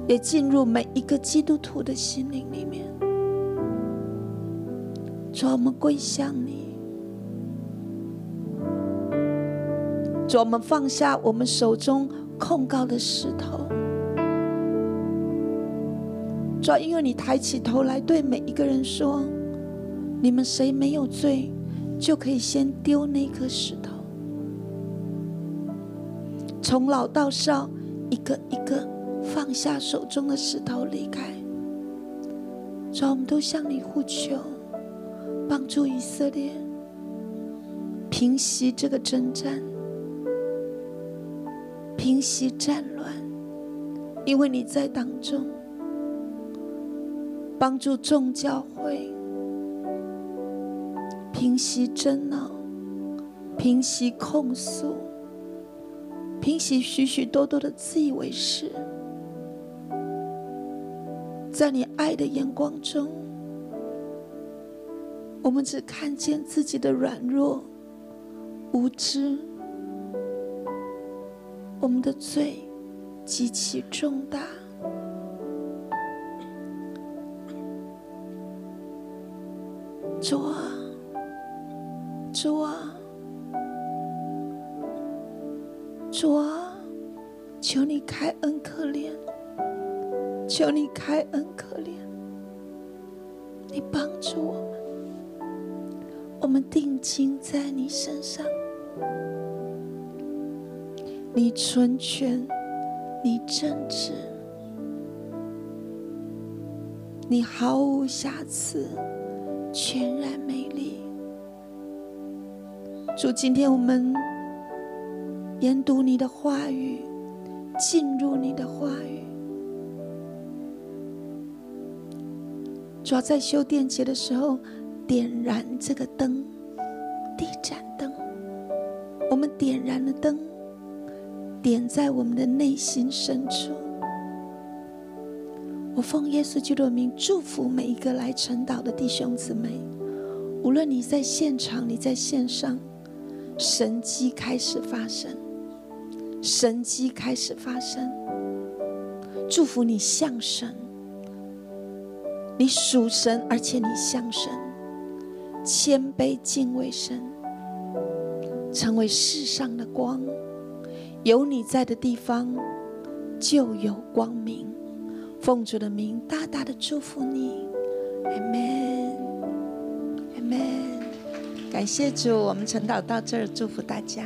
[SPEAKER 8] 也进入每一个基督徒的心灵里面。主啊，我们归向你。主，我们放下我们手中控告的石头。主，因为你抬起头来对每一个人说：“你们谁没有罪，就可以先丢那颗石头。”从老到少，一个一个放下手中的石头离开。主，我们都向你呼求，帮助以色列平息这个征战。平息战乱，因为你在当中帮助众教会平息争闹，平息控诉，平息许许多多的自以为是。在你爱的眼光中，我们只看见自己的软弱、无知。我们的罪极其重大。主啊，主啊，主啊，求你开恩可怜，求你开恩可怜，你帮助我们，我们定睛在你身上。你纯全，你正直，你毫无瑕疵，全然美丽。主，今天我们研读你的话语，进入你的话语。主要在修电节的时候，点燃这个灯，地盏灯。我们点燃了灯，点在我们的内心深处。我奉耶稣基督的名祝福每一个来晨祷的弟兄姊妹，无论你在现场，你在线上，神迹开始发生，神迹开始发生。祝福你向神，你属神，而且你向神，谦卑敬畏神，成为世上的光。有你在的地方，就有光明。奉主的名，大大的祝福你，Amen。Amen。感谢主，我们晨祷到这儿，祝福大家。